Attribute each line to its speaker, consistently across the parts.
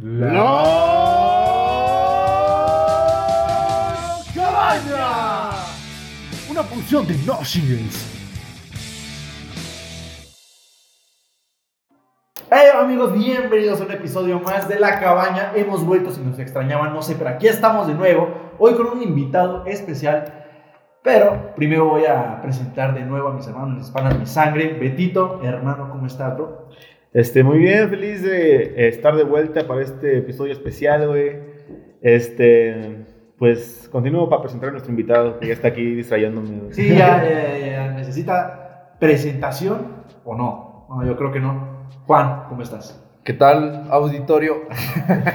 Speaker 1: La... ¡Los Cabaña! Una función de No Singles. Hey amigos, bienvenidos a un episodio más de La Cabaña. Hemos vuelto, si nos extrañaban, no sé, pero aquí estamos de nuevo. Hoy con un invitado especial. Pero primero voy a presentar de nuevo a mis hermanos mis hispanas, mi sangre. Betito, hermano, ¿cómo estás, bro?
Speaker 2: Este, muy bien, feliz de eh, estar de vuelta para este episodio especial, güey. Este, pues continúo para presentar a nuestro invitado que ya está aquí distrayéndome. güey.
Speaker 1: Sí, ya, ya, ya, ya. ¿Necesita presentación o no? No, yo creo que no. Juan, ¿cómo estás?
Speaker 3: ¿Qué tal, auditorio?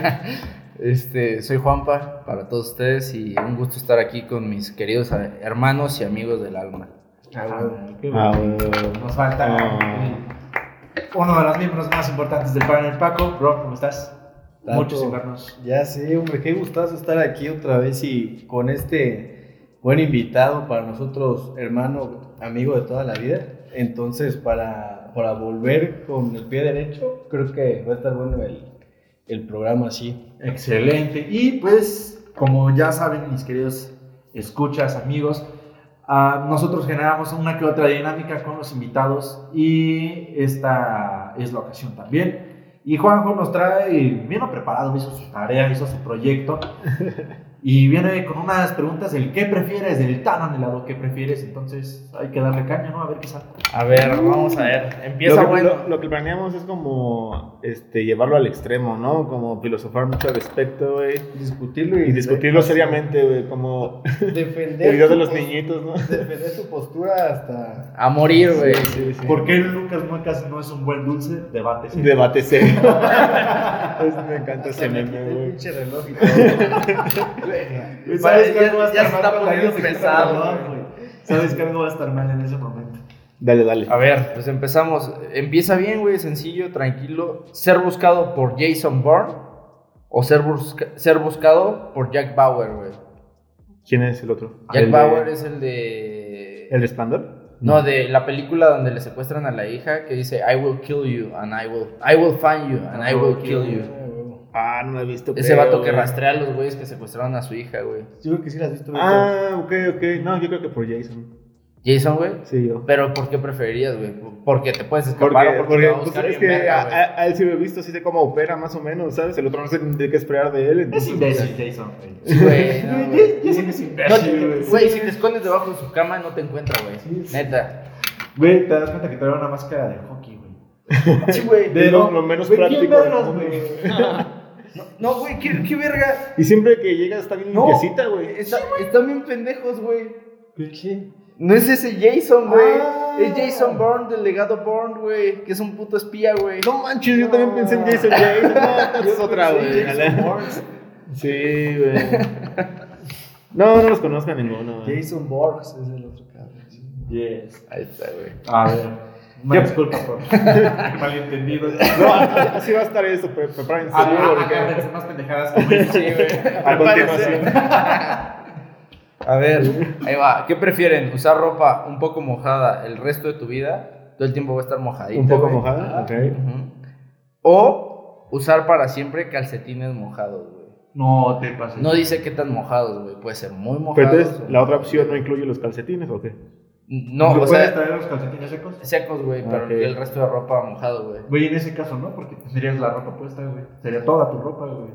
Speaker 3: este, soy Juanpa para todos ustedes y un gusto estar aquí con mis queridos a- hermanos y amigos del alma.
Speaker 2: Ah, güey.
Speaker 1: Nos falta
Speaker 2: Ah.
Speaker 1: uno de los miembros más importantes del panel, Paco. Bro, ¿cómo estás?
Speaker 4: Tanto.
Speaker 1: Muchos invernos.
Speaker 4: Ya sé, hombre, qué gustazo estar aquí otra vez y con este buen invitado para nosotros, hermano, amigo de toda la vida. Entonces, para, para volver con el pie derecho, creo que va a estar bueno el, el programa así.
Speaker 1: Excelente. Y pues, como ya saben, mis queridos escuchas, amigos, ah, nosotros generamos una que otra dinámica con los invitados y esta es la ocasión también. Y Juanjo nos trae, vino preparado, hizo su tarea, hizo su proyecto y viene con unas preguntas del qué prefieres, del tan anhelado qué prefieres. Entonces hay que darle caña, ¿no? A ver qué sale.
Speaker 5: A ver, vamos a ver. Empieza
Speaker 2: lo que,
Speaker 5: bueno.
Speaker 2: lo- lo que planeamos es como este, llevarlo al extremo, ¿no? Como filosofar mucho al respecto, güey.
Speaker 4: Discutirlo
Speaker 2: Y discutirlo seriamente, güey. Como
Speaker 4: Defender.
Speaker 2: el video de
Speaker 4: tu
Speaker 2: los
Speaker 4: pos-
Speaker 2: niñitos, ¿no?
Speaker 4: Defender tu postura hasta.
Speaker 3: A morir, güey.
Speaker 1: ¿Por qué Lucas Muecas no es un buen dulce? Debate. sí.
Speaker 2: Debate serio. Es- me encanta
Speaker 4: hasta
Speaker 2: ese
Speaker 4: me
Speaker 2: meme,
Speaker 4: quité el
Speaker 2: güey.
Speaker 4: pinche reloj y todo.
Speaker 1: ¿Sabes que
Speaker 3: Ya-
Speaker 1: algo va a
Speaker 3: ya
Speaker 1: estar
Speaker 3: se
Speaker 1: mal
Speaker 3: está
Speaker 1: cuando alguien
Speaker 3: poniendo
Speaker 1: se quita
Speaker 3: pesado,
Speaker 1: el reloj, güey? ¿Sabes que algo va a estar mal en ese momento?
Speaker 2: Dale, dale.
Speaker 3: A ver, pues empezamos. Empieza bien, güey, sencillo, tranquilo. Ser buscado por Jason Bourne o ser, busca- ser buscado por Jack Bauer, güey.
Speaker 2: ¿Quién es el otro?
Speaker 3: Jack
Speaker 2: ¿El de-
Speaker 3: Bauer es el de...
Speaker 2: ¿El resplandor?
Speaker 3: No, de la película donde le secuestran a la hija que dice I will kill you and I will I will find you and I will kill you.
Speaker 2: Ah, no lo he visto.
Speaker 3: Ese
Speaker 2: creo,
Speaker 3: vato que
Speaker 2: güey.
Speaker 3: rastrea a los güeyes que secuestraron a su hija, güey.
Speaker 4: Yo creo que sí las has visto.
Speaker 2: Ah, ok, ok. No, yo creo que por Jason.
Speaker 3: Jason, güey.
Speaker 2: Sí, yo.
Speaker 3: Pero ¿por qué preferirías, güey? Porque te puedes escapar
Speaker 2: Porque,
Speaker 3: o porque,
Speaker 2: porque
Speaker 3: te va a
Speaker 2: pues,
Speaker 3: buscar
Speaker 2: es
Speaker 3: bien
Speaker 2: que
Speaker 3: verga,
Speaker 2: a,
Speaker 3: güey.
Speaker 2: a- a él sí lo he visto, sí sé cómo opera más o menos, ¿sabes? El otro no sé de qué esperar de él.
Speaker 1: Es
Speaker 2: entonces,
Speaker 1: imbécil, Jason. güey.
Speaker 3: Sí, güey, no, güey.
Speaker 1: Yo sé que es
Speaker 3: No,
Speaker 1: imbécil, güey.
Speaker 3: Güey, si te escondes debajo de su cama no te encuentra, güey.
Speaker 1: Sí, sí.
Speaker 3: Neta.
Speaker 1: Güey, te das cuenta que trae una máscara de hockey, güey.
Speaker 3: Sí, güey.
Speaker 2: De lo, lo menos
Speaker 1: Güey, ¿quién
Speaker 2: práctico. del
Speaker 1: vergas,
Speaker 2: mundo.
Speaker 1: güey?
Speaker 3: No, güey, ¿qué, qué verga.
Speaker 2: Y siempre que llega está bien
Speaker 3: No.
Speaker 2: limpiecita, güey.
Speaker 3: Está- están bien pendejos, güey.
Speaker 4: ¿Qué?
Speaker 3: No es ese Jason, güey.
Speaker 2: Ah.
Speaker 3: Es Jason Bourne del legado Bourne, güey. Que es un puto espía, güey.
Speaker 2: No manches, yo también pensé en Jason Jason. No, es otra, güey. Sí, güey. No, no los conozco a ninguno, güey.
Speaker 4: Jason Borges es el otro cabrón. sí.
Speaker 1: Yes.
Speaker 3: Ahí está, güey.
Speaker 1: A ver. Una
Speaker 2: Ya-
Speaker 1: disculpa por el malentendido.
Speaker 2: No, así va a estar eso, pre- prepárense.
Speaker 1: A ver,
Speaker 2: porque-
Speaker 1: agárrense más pendejadas que me
Speaker 3: Sí, güey.
Speaker 2: A continuación.
Speaker 3: A ver, ahí va. ¿Qué prefieren? ¿Usar ropa un poco mojada el resto de tu vida? Todo el tiempo va a estar mojadita.
Speaker 2: Un poco
Speaker 3: güey.
Speaker 2: mojada, ok.
Speaker 3: Ujú. O usar para siempre calcetines mojados, güey.
Speaker 1: No te pases.
Speaker 3: No dice qué tan mojados, güey. Puede ser muy mojados.
Speaker 2: Pero entonces,
Speaker 3: o-
Speaker 2: ¿la otra opción no incluye los calcetines o qué?
Speaker 3: No,
Speaker 1: ¿No
Speaker 3: o
Speaker 1: puedes
Speaker 3: sea,
Speaker 1: traer los calcetines secos?
Speaker 3: secos, güey,
Speaker 2: Ah,
Speaker 3: pero
Speaker 2: ok.
Speaker 3: el resto de ropa mojado, güey.
Speaker 1: Güey, en ese caso no, porque tendrías la ropa puesta, güey. Sería toda tu ropa, güey.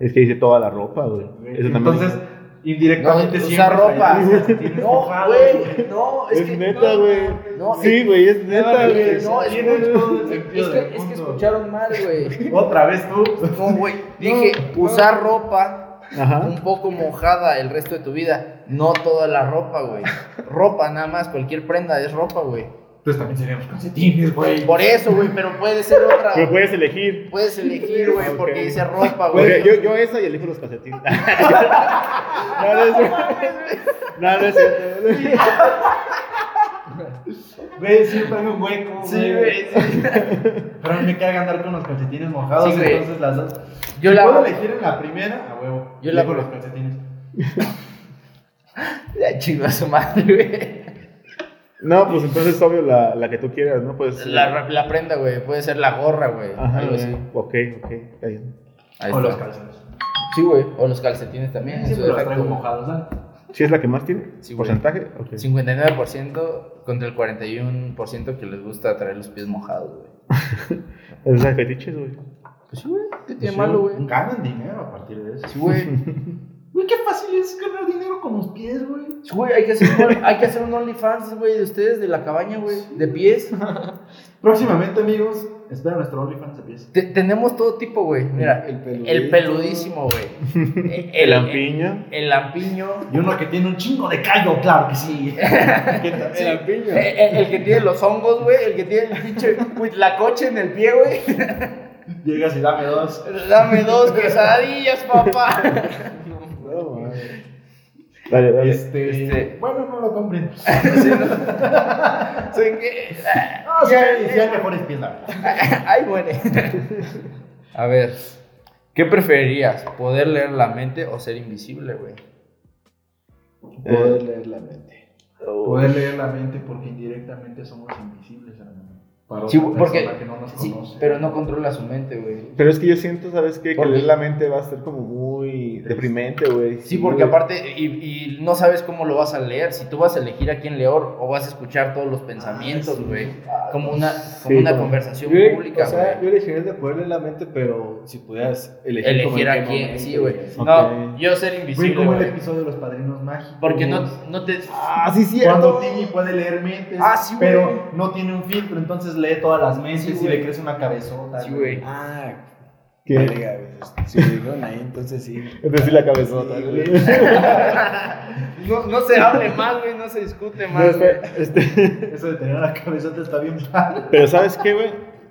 Speaker 2: Es que dice toda la ropa, güey. Eso también
Speaker 1: Entonces, indirectamente
Speaker 3: No, usa
Speaker 1: siempre
Speaker 3: ropa.
Speaker 1: traías calcetines mojados,
Speaker 3: no,
Speaker 2: es, neta, güey.
Speaker 3: no,
Speaker 2: sí,
Speaker 3: es-
Speaker 2: güey, es neta, güey.
Speaker 3: No, es
Speaker 1: Tiene
Speaker 3: que-
Speaker 1: todo el
Speaker 3: es
Speaker 1: sentido
Speaker 3: que,
Speaker 1: del
Speaker 3: es que
Speaker 1: mundo.
Speaker 3: escucharon mal, güey.
Speaker 1: Otra vez tú.
Speaker 3: No, güey. Dije, usar ropa
Speaker 2: Ajá.
Speaker 3: un poco mojada el resto de tu vida. No toda la ropa, güey. Ropa nada más, cualquier prenda es ropa, güey.
Speaker 1: Pues también seríamos calcetines, güey.
Speaker 3: Por eso, güey, pero puede ser otra.
Speaker 2: Pero puedes elegir.
Speaker 3: Puedes elegir, güey,
Speaker 2: Pues, Ok.
Speaker 3: porque dice ropa,
Speaker 2: Porque yo,
Speaker 3: güey.
Speaker 2: yo esa y elijo los calcetines. no, no es cierto. No, no es cierto.
Speaker 1: Güey, siempre hay un hueco,
Speaker 3: Sí, güey. sí.
Speaker 1: Pero a mí me caga andar con los calcetines mojados,
Speaker 3: Sí, güey.
Speaker 1: entonces las dos.
Speaker 3: Yo
Speaker 1: Si
Speaker 3: la-
Speaker 1: puedo elegir en la primera, a huevo.
Speaker 3: Yo la-
Speaker 1: Elijo los calcetines.
Speaker 3: Ya chingó a su madre, güey.
Speaker 2: No, pues entonces obvio la, la que tú quieras, ¿no? Pues.
Speaker 3: La, la prenda, güey. Puede ser la gorra, güey.
Speaker 2: Ajá,
Speaker 3: Algo así.
Speaker 2: ok, ok, está bien.
Speaker 3: Ahí
Speaker 1: O
Speaker 3: está.
Speaker 1: los calzones.
Speaker 3: Sí, güey. O los calcetines también. en su
Speaker 1: Siempre los
Speaker 3: defecto,
Speaker 1: traigo
Speaker 3: güey.
Speaker 1: mojados, ¿no?
Speaker 2: ¿Sí es la que más tiene?
Speaker 3: Sí, güey.
Speaker 2: ¿Porcentaje? Ok.
Speaker 3: 59% contra el 41% que les gusta traer los pies mojados, güey.
Speaker 2: Es la de fetiches, güey.
Speaker 3: Pues sí, güey. ¿Qué tiene
Speaker 1: Sí,
Speaker 3: malo, güey?
Speaker 1: Ganan dinero a partir de eso.
Speaker 3: Sí, güey.
Speaker 1: Güey, qué fácil es ganar dinero con los pies, güey.
Speaker 3: Sí, Güey, hay que hacer un, hay que hacer un OnlyFans, güey, de ustedes, de la cabaña, güey, de pies.
Speaker 1: Próximamente, amigos, espera nuestro OnlyFans de pies.
Speaker 3: Te- tenemos todo tipo, güey. Mira,
Speaker 4: El peludito.
Speaker 3: el peludísimo, güey. El,
Speaker 2: El lampiño.
Speaker 3: El lampiño.
Speaker 1: Y uno que tiene un chingo de callo, claro que sí. ¿Qué tal?
Speaker 4: El lampiño.
Speaker 3: El, el- el que tiene los hongos, güey. El que tiene el pinche la coche en el pie, güey.
Speaker 1: Llegas y dame dos.
Speaker 3: Dame dos quesadillas, papá.
Speaker 2: No, madre. Dale, dale.
Speaker 1: Este,
Speaker 3: Este-
Speaker 1: Bueno, no lo compren.
Speaker 3: Sí, ¿no? Sí, que-
Speaker 1: Ah, sí, hay- sí hay mejores pies, la verdad.
Speaker 3: Ay, muere. A ver, ¿qué preferirías? ¿Poder leer la mente o ser invisible, güey?
Speaker 4: Poder leer la mente.
Speaker 1: Eh,
Speaker 2: Oh,
Speaker 1: Poder leer la mente porque indirectamente somos invisibles, hermano. Para
Speaker 3: Sí,
Speaker 1: otra
Speaker 3: porque-
Speaker 1: persona que no nos
Speaker 3: Sí,
Speaker 1: conoce.
Speaker 3: pero no controla su mente, güey.
Speaker 2: Pero es que yo siento, ¿sabes qué? Que
Speaker 3: ¿Por
Speaker 2: leer
Speaker 3: qué?
Speaker 2: la mente va a ser como muy deprimente, güey.
Speaker 3: Sí, porque
Speaker 2: güey.
Speaker 3: aparte, y, y no sabes cómo lo vas a leer. Si tú vas a elegir a quién leer o vas a escuchar todos los pensamientos, güey. Como una, como
Speaker 2: Sí,
Speaker 3: una
Speaker 2: como-
Speaker 3: conversación
Speaker 4: Yo,
Speaker 3: pública,
Speaker 4: o sea,
Speaker 3: güey.
Speaker 4: yo elegiría el de poder leer la mente, pero si pudieras elegir, como
Speaker 3: Elegir
Speaker 4: en
Speaker 3: a
Speaker 4: qué
Speaker 3: quién,
Speaker 4: momento,
Speaker 3: sí, güey.
Speaker 2: Ok.
Speaker 3: No, yo ser
Speaker 1: Güey,
Speaker 3: invisible,
Speaker 1: como el
Speaker 3: güey.
Speaker 1: episodio de los padrinos mágicos.
Speaker 3: Porque no, no te.
Speaker 2: Ah, sí, sí.
Speaker 1: Cuando Timmy puede leer mentes,
Speaker 3: Ah, sí, güey.
Speaker 1: pero no tiene un filtro, entonces lee todas las mentes
Speaker 3: Sí,
Speaker 1: y le
Speaker 3: güey.
Speaker 1: crece una cabezota.
Speaker 3: Sí, güey.
Speaker 4: Ah,
Speaker 2: ¿Qué?
Speaker 4: verga, güey. este, Si dijeron ahí, entonces sí.
Speaker 2: Es decir, la cabezota.
Speaker 4: Sí,
Speaker 2: güey.
Speaker 4: güey.
Speaker 3: No, no se hable más, güey. No se discute
Speaker 2: No,
Speaker 3: más, güey.
Speaker 2: espera, este,
Speaker 1: Eso de tener la cabezota está bien padre.
Speaker 2: Pero ¿sabes qué, güey?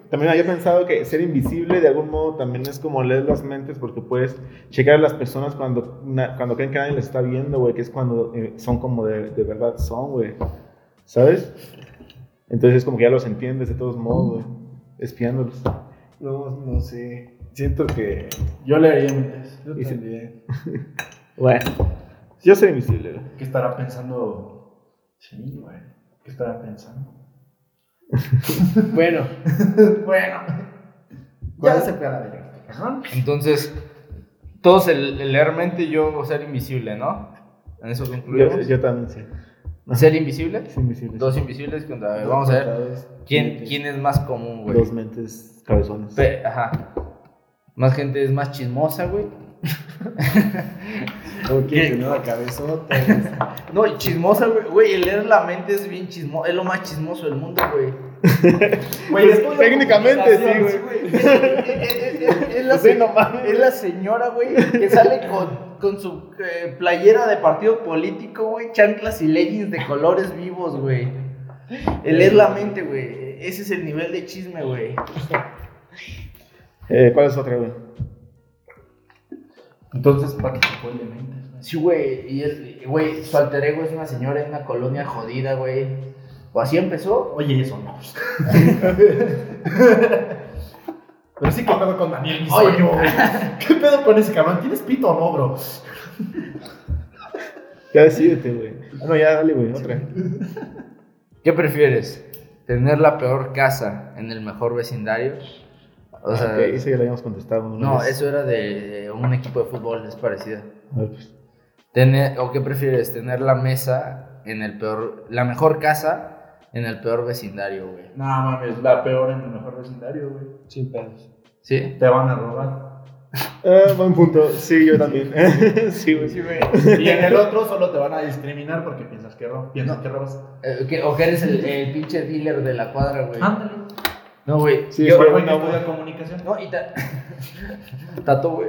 Speaker 2: También había pensado que ser invisible de algún modo también es como leer las mentes porque puedes checar a las personas cuando, na- cuando creen que nadie las está viendo, güey, que es cuando eh, son como de, de verdad son, güey. ¿Sabes? Entonces como que ya los entiendes de todos modos, güey. Espiándolos.
Speaker 4: No, no sé. Siento que.
Speaker 1: Yo leería mentes.
Speaker 4: Yo
Speaker 2: Y se-
Speaker 4: también.
Speaker 2: Bueno. Yo soy invisible, güey.
Speaker 1: ¿Qué estará pensando? Sí, güey. ¿Qué estará pensando?
Speaker 4: Bueno,
Speaker 1: bueno. Ya
Speaker 4: ¿Cuál?
Speaker 1: se fue a la verga. Ajá.
Speaker 3: Entonces, todos el, el leer mente, yo ser invisible, ¿no? En eso
Speaker 2: Yo,
Speaker 3: concluimos.
Speaker 2: yo también sí. ajá.
Speaker 3: Ser invisible.
Speaker 2: Soy invisible.
Speaker 3: Dos invisibles contra. a ver, vamos a ver. ¿Quién, quién es más común, güey?
Speaker 2: Dos mentes cabezones.
Speaker 3: Pe- Ajá. Más gente es más chismosa, güey.
Speaker 4: ¿O quién tiene la cabezota? güey.
Speaker 3: No, y chismosa, güey. Güey, el leer la mente es bien chismoso. Es lo más chismoso del mundo, güey.
Speaker 1: Güey,
Speaker 2: Pues,
Speaker 1: después de
Speaker 2: técnicamente, sí,
Speaker 1: comunicación,
Speaker 2: güey.
Speaker 3: Es, es- es- es la,
Speaker 2: Sí,
Speaker 3: se-
Speaker 2: no mames.
Speaker 3: es la señora, güey, que sale con, con su eh, playera de partido político, güey, chanclas y leggings de colores vivos, güey. El es la mente, güey. Ese es el nivel de chisme, güey.
Speaker 2: Eh, ¿Cuál es otra, güey?
Speaker 1: Entonces, ¿para qué se puede mentes? güey?
Speaker 3: Sí, güey. Y es, güey, su alter ego es una señora en una colonia jodida, güey. O así empezó.
Speaker 1: Oye, eso no. Pero sí, ¿qué pedo con Daniel
Speaker 3: Oye.
Speaker 1: Bisoño? güey? ¿Qué pedo con ese cabrón? ¿Tienes pito o no, bro?
Speaker 2: Ya decidete, güey. Ah, no, ya dale, güey, otra.
Speaker 3: ¿Qué prefieres? ¿Tener la peor casa en el mejor vecindario? O sea,
Speaker 2: Ok, esa ya la habíamos contestado. una
Speaker 3: No,
Speaker 2: vez.
Speaker 3: eso era de un equipo de fútbol, es parecido.
Speaker 2: A ver, pues.
Speaker 3: Tener, ¿O qué prefieres? ¿Tener la mesa en el peor, la mejor casa en el peor vecindario, güey?
Speaker 1: No mames, la peor en el mejor vecindario, güey.
Speaker 4: Sin pedos.
Speaker 3: ¿Sí?
Speaker 1: Te van a robar.
Speaker 2: Ah, buen punto. Sí, yo también. sí, güey.
Speaker 1: Y en el otro solo te van a discriminar porque piensas que robas. Piensas
Speaker 3: No.
Speaker 1: que robas.
Speaker 3: Eh, que- ¿O que eres el, el pinche dealer de la cuadra, güey?
Speaker 1: Ándale.
Speaker 3: No, güey.
Speaker 2: Sí,
Speaker 1: Yo
Speaker 2: fue
Speaker 1: güey, que
Speaker 2: una
Speaker 1: estudia
Speaker 2: buena-
Speaker 1: comunicación.
Speaker 3: No, y ta... Tato, güey.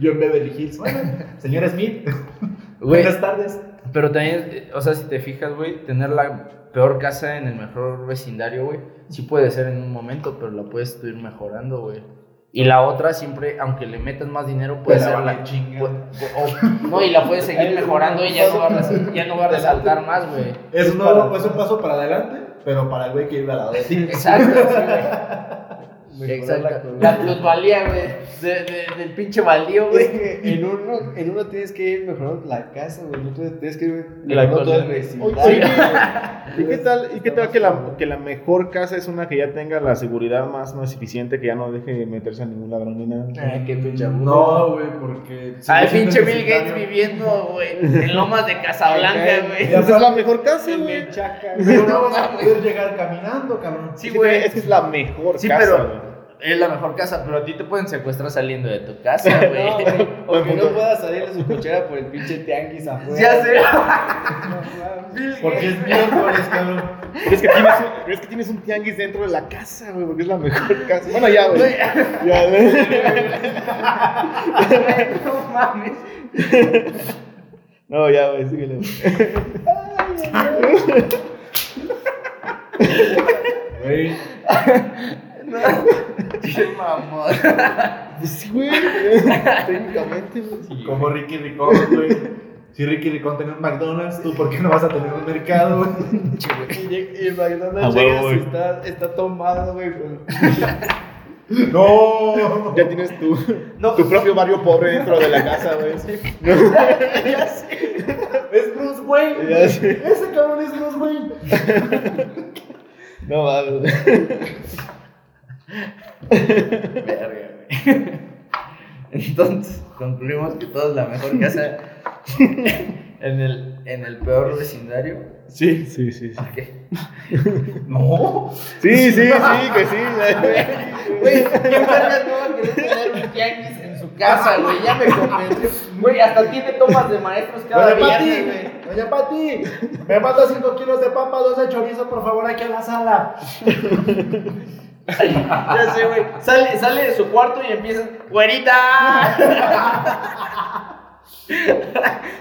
Speaker 1: Yo en Beverly Hills. Bueno, señor Smith,
Speaker 3: Güey,
Speaker 1: buenas tardes.
Speaker 3: pero también, eh, o sea, si te fijas, güey, tener la peor casa en el mejor vecindario, güey, sí puede ser en un momento, pero la puedes tú ir mejorando, güey. Y la otra siempre, aunque le metas más dinero, puede
Speaker 4: Pues,
Speaker 1: Te la
Speaker 3: ser
Speaker 1: van a
Speaker 3: la
Speaker 1: chingar.
Speaker 3: O- o- no, y la puedes seguir mejorando y ya no va a, res- ya no va a resaltar más, güey.
Speaker 1: Es,
Speaker 4: Es
Speaker 1: un
Speaker 4: para-
Speaker 1: nuevo- es un paso para adelante, pero para el güey que iba al lado de ti.
Speaker 3: Exacto, sí, güey.
Speaker 4: mejorar la
Speaker 3: Exacto.
Speaker 4: colonia.
Speaker 3: La plusvalía, güey. de- de- del pinche baldío,
Speaker 4: Es
Speaker 3: güey.
Speaker 4: que en uno, en uno tienes que ir mejorando la casa, güey. En otro tienes que ir
Speaker 2: La
Speaker 4: mejorando todo el
Speaker 2: colonia.
Speaker 4: vecindario.
Speaker 2: ¿Y qué tal, y qué tal que, la, que la mejor casa es una que ya tenga la seguridad más, más eficiente, que ya no deje meterse a ningún ladrón ni nada?
Speaker 3: Ay, qué pinche
Speaker 1: No, güey, porque.
Speaker 3: Al
Speaker 1: sigue
Speaker 3: pinche
Speaker 1: siendo
Speaker 3: Bill Gates
Speaker 1: necesario.
Speaker 3: viviendo, güey, en Lomas de Casablanca,
Speaker 2: Esa
Speaker 3: güey.
Speaker 2: es la mejor casa,
Speaker 4: El
Speaker 2: güey.
Speaker 4: mechaca,
Speaker 1: Pero no vas a poder llegar caminando, cabrón.
Speaker 3: Sí,
Speaker 2: Es que-
Speaker 3: güey.
Speaker 2: Es que es la mejor
Speaker 3: Sí,
Speaker 2: casa,
Speaker 3: pero-
Speaker 2: güey.
Speaker 3: Es la mejor casa, pero a ti te pueden secuestrar saliendo de tu casa,
Speaker 4: No,
Speaker 3: güey.
Speaker 4: güey. O que
Speaker 2: punto.
Speaker 4: no pueda salir de su cochera por el pinche tianguis afuera.
Speaker 3: ya sé.
Speaker 4: No,
Speaker 3: Bill
Speaker 1: Porque es
Speaker 3: Gates,
Speaker 1: miércoles, cabrón.
Speaker 2: Pero es que tienes un, pero es que tienes un tianguis dentro de la casa, güey, porque es la mejor casa. Bueno, ya, güey.
Speaker 3: güey.
Speaker 2: Ya, güey.
Speaker 3: Güey, No mames.
Speaker 2: No, ya, güey, síguele. güey.
Speaker 1: Güey,
Speaker 3: No. Qué mamón.
Speaker 2: Pues, güey, técnicamente, güey.
Speaker 1: como Ricky Ricón, güey. Si Ricky Ricón tenía un McDonald's, ¿tú por qué no vas a tener un mercado, güey?
Speaker 4: güey. Y lleg- y el
Speaker 2: Ah,
Speaker 4: McDonald's
Speaker 2: güey,
Speaker 4: llega y
Speaker 2: güey.
Speaker 4: está, está tomado, güey. con-
Speaker 1: No.
Speaker 2: Ya tienes tu,
Speaker 3: No.
Speaker 2: tu propio barrio pobre dentro de la casa, güey.
Speaker 3: Ya sé.
Speaker 1: Es Bruce Wayne.
Speaker 2: Ya sé.
Speaker 1: Ese cabrón es Bruce Wayne.
Speaker 2: No mames. güey.
Speaker 3: Verga, güey. Entonces, concluimos que todo es la mejor casa en el, en el peor vecindario.
Speaker 2: Sí, sí, sí. sí.
Speaker 3: Ok.
Speaker 1: No.
Speaker 2: Sí, sí, sí, que sí. güey.
Speaker 3: Güey, ¿qué vergas no va a querer tener un tianguis en su casa, güey? Ya me convenció. Güey, hasta tiene tomas de maestros cada
Speaker 1: Doña
Speaker 3: viernes,
Speaker 1: Pati,
Speaker 3: güey.
Speaker 1: doña Pati, me manda 5 kilos de papa, dos de chorizo, por favor, aquí a la sala.
Speaker 3: Ya sé, güey. Sale, sale de su cuarto y empieza, ¡güerita!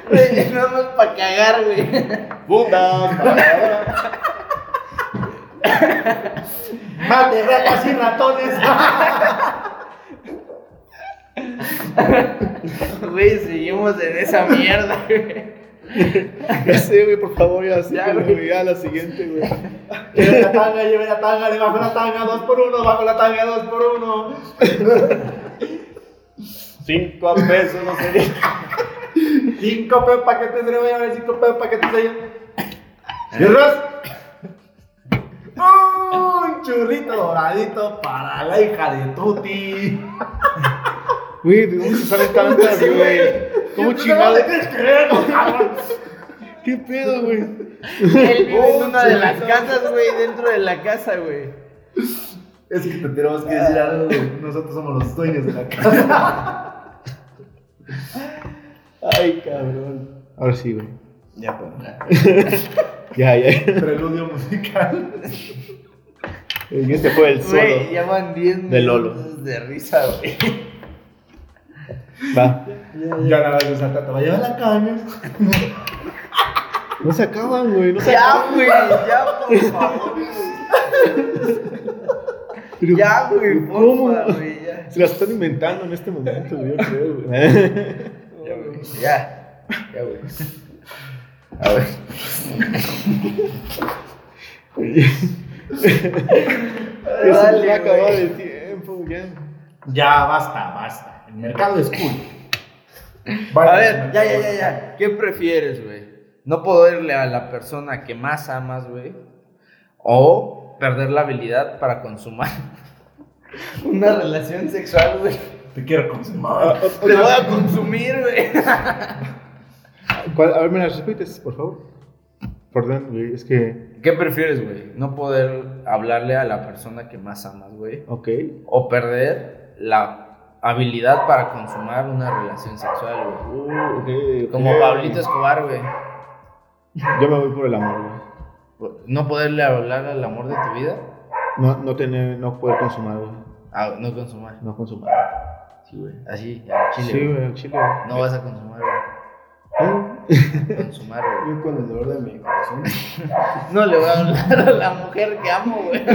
Speaker 3: Güey, nada más para cagar, güey.
Speaker 2: Puta.
Speaker 1: Mate, ratas y ratones.
Speaker 3: Güey, seguimos en esa mierda, güey.
Speaker 2: Ya sé, güey, por favor, ya sí,
Speaker 3: Ya, güey.
Speaker 2: güey. Ya la siguiente, güey.
Speaker 1: Lleve la tanga, lleve la tanga, debajo la tanga, dos por uno, bajo la tanga, dos por uno.
Speaker 2: Cinco a pesos, no sé.
Speaker 1: Cinco pe- paquetes de voy a ver cinco pe- paquetes de ¿Cierras? Un churrito doradito para la hija de Tuti.
Speaker 2: Güey, ¿de dónde se salen tantas,
Speaker 1: Sí, güey.
Speaker 2: güey? ¿Cómo
Speaker 1: Tú no
Speaker 2: chingado?
Speaker 1: te tienes que ver, no, cabrón.
Speaker 2: ¿Qué pedo, güey?
Speaker 3: Él vive en
Speaker 1: Oh,
Speaker 3: una de
Speaker 1: sí,
Speaker 3: las
Speaker 1: no.
Speaker 3: casas, güey, dentro de la casa, güey.
Speaker 1: Es que te tenemos que decir algo, güey. Nosotros somos los dueños de la casa.
Speaker 4: Ay, cabrón.
Speaker 2: Ahora sí, güey.
Speaker 4: Ya, pues.
Speaker 2: Ya, ya.
Speaker 1: Preludio musical.
Speaker 2: El siguiente este fue el solo.
Speaker 3: Güey, ya van 10 minutos
Speaker 2: De Lolo.
Speaker 3: de risa, güey.
Speaker 2: Va.
Speaker 1: Ya nada más usa tanto. Va a llevar la caña.
Speaker 2: No se acaban, güey. No se
Speaker 3: Ya,
Speaker 2: acaban.
Speaker 3: güey, ya, por favor.
Speaker 2: Pero,
Speaker 3: Ya, güey,
Speaker 2: ¿cómo?
Speaker 3: porfa, güey, ya.
Speaker 2: Se las están inventando en este momento, güey, yo creo, güey.
Speaker 3: Ya, güey, ya. Ya, güey. A ver.
Speaker 2: Ya se nos va a acabar
Speaker 3: güey.
Speaker 2: el tiempo, ya.
Speaker 1: Ya, basta, basta. El mercado es cool.
Speaker 3: A ver, ya, ya, ya, ya. ¿Qué prefieres, güey? ¿No poderle a la persona que más amas, güey? ¿O perder la habilidad para consumar una relación sexual, güey?
Speaker 1: Te quiero consumar.
Speaker 2: Ah, o-
Speaker 3: Te voy
Speaker 2: otra-
Speaker 3: a consumir, güey.
Speaker 2: ¿Cuál? A ver, me las repites, por favor. Perdón, güey, es que.
Speaker 3: ¿Qué prefieres, güey? ¿No poder hablarle a la persona que más amas, güey?
Speaker 2: Ok.
Speaker 3: ¿O perder la habilidad para consumar una relación sexual, güey?
Speaker 2: Uh, okay, ok.
Speaker 3: Como Pablito Escobar, güey.
Speaker 2: Yo me voy por el amor, güey.
Speaker 3: ¿No poderle hablar al amor de tu vida?
Speaker 2: No, no tener, no poder consumar, güey.
Speaker 3: Ah, no consumar.
Speaker 2: No consumar.
Speaker 3: Sí, güey. Así, al chile.
Speaker 2: Sí,
Speaker 3: güey.
Speaker 2: güey, al chile. güey.
Speaker 3: No vas a consumar, güey. Consumar, güey.
Speaker 4: Yo con el dolor de mi corazón.
Speaker 3: No le voy a hablar a la mujer que amo, güey.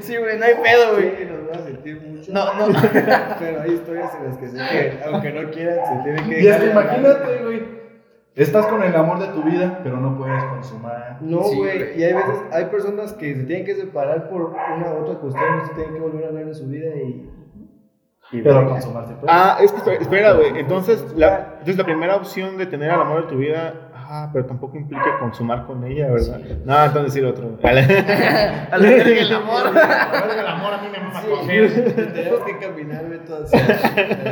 Speaker 3: Sí, güey, no hay pedo, güey.
Speaker 4: Sí, nos va a sentir mucho.
Speaker 3: No, no.
Speaker 4: Pero hay historias en las que sé que, aunque no quieran, se tienen que.
Speaker 1: Y es que
Speaker 4: dejar de hablar.
Speaker 1: imagínate, güey. Estás con el amor de tu vida, pero no puedes consumar.
Speaker 4: No,
Speaker 3: Sí,
Speaker 4: güey.
Speaker 3: güey.
Speaker 4: y hay veces, hay personas que se tienen que separar por una u otra cuestión, no se tienen que volver a ver en su vida y. y
Speaker 1: Pero
Speaker 4: verga.
Speaker 1: consumar se puede.
Speaker 2: Ah, es que espera- espera, güey. Entonces la, entonces, la primera opción de tener al amor de tu vida. Ah, pero tampoco implica consumar con ella, ¿verdad? No, entonces sí, lo otro.
Speaker 3: A la verga el amor.
Speaker 2: el amor a mí me mama coger.
Speaker 4: Tenemos que caminar, güey, todo así, al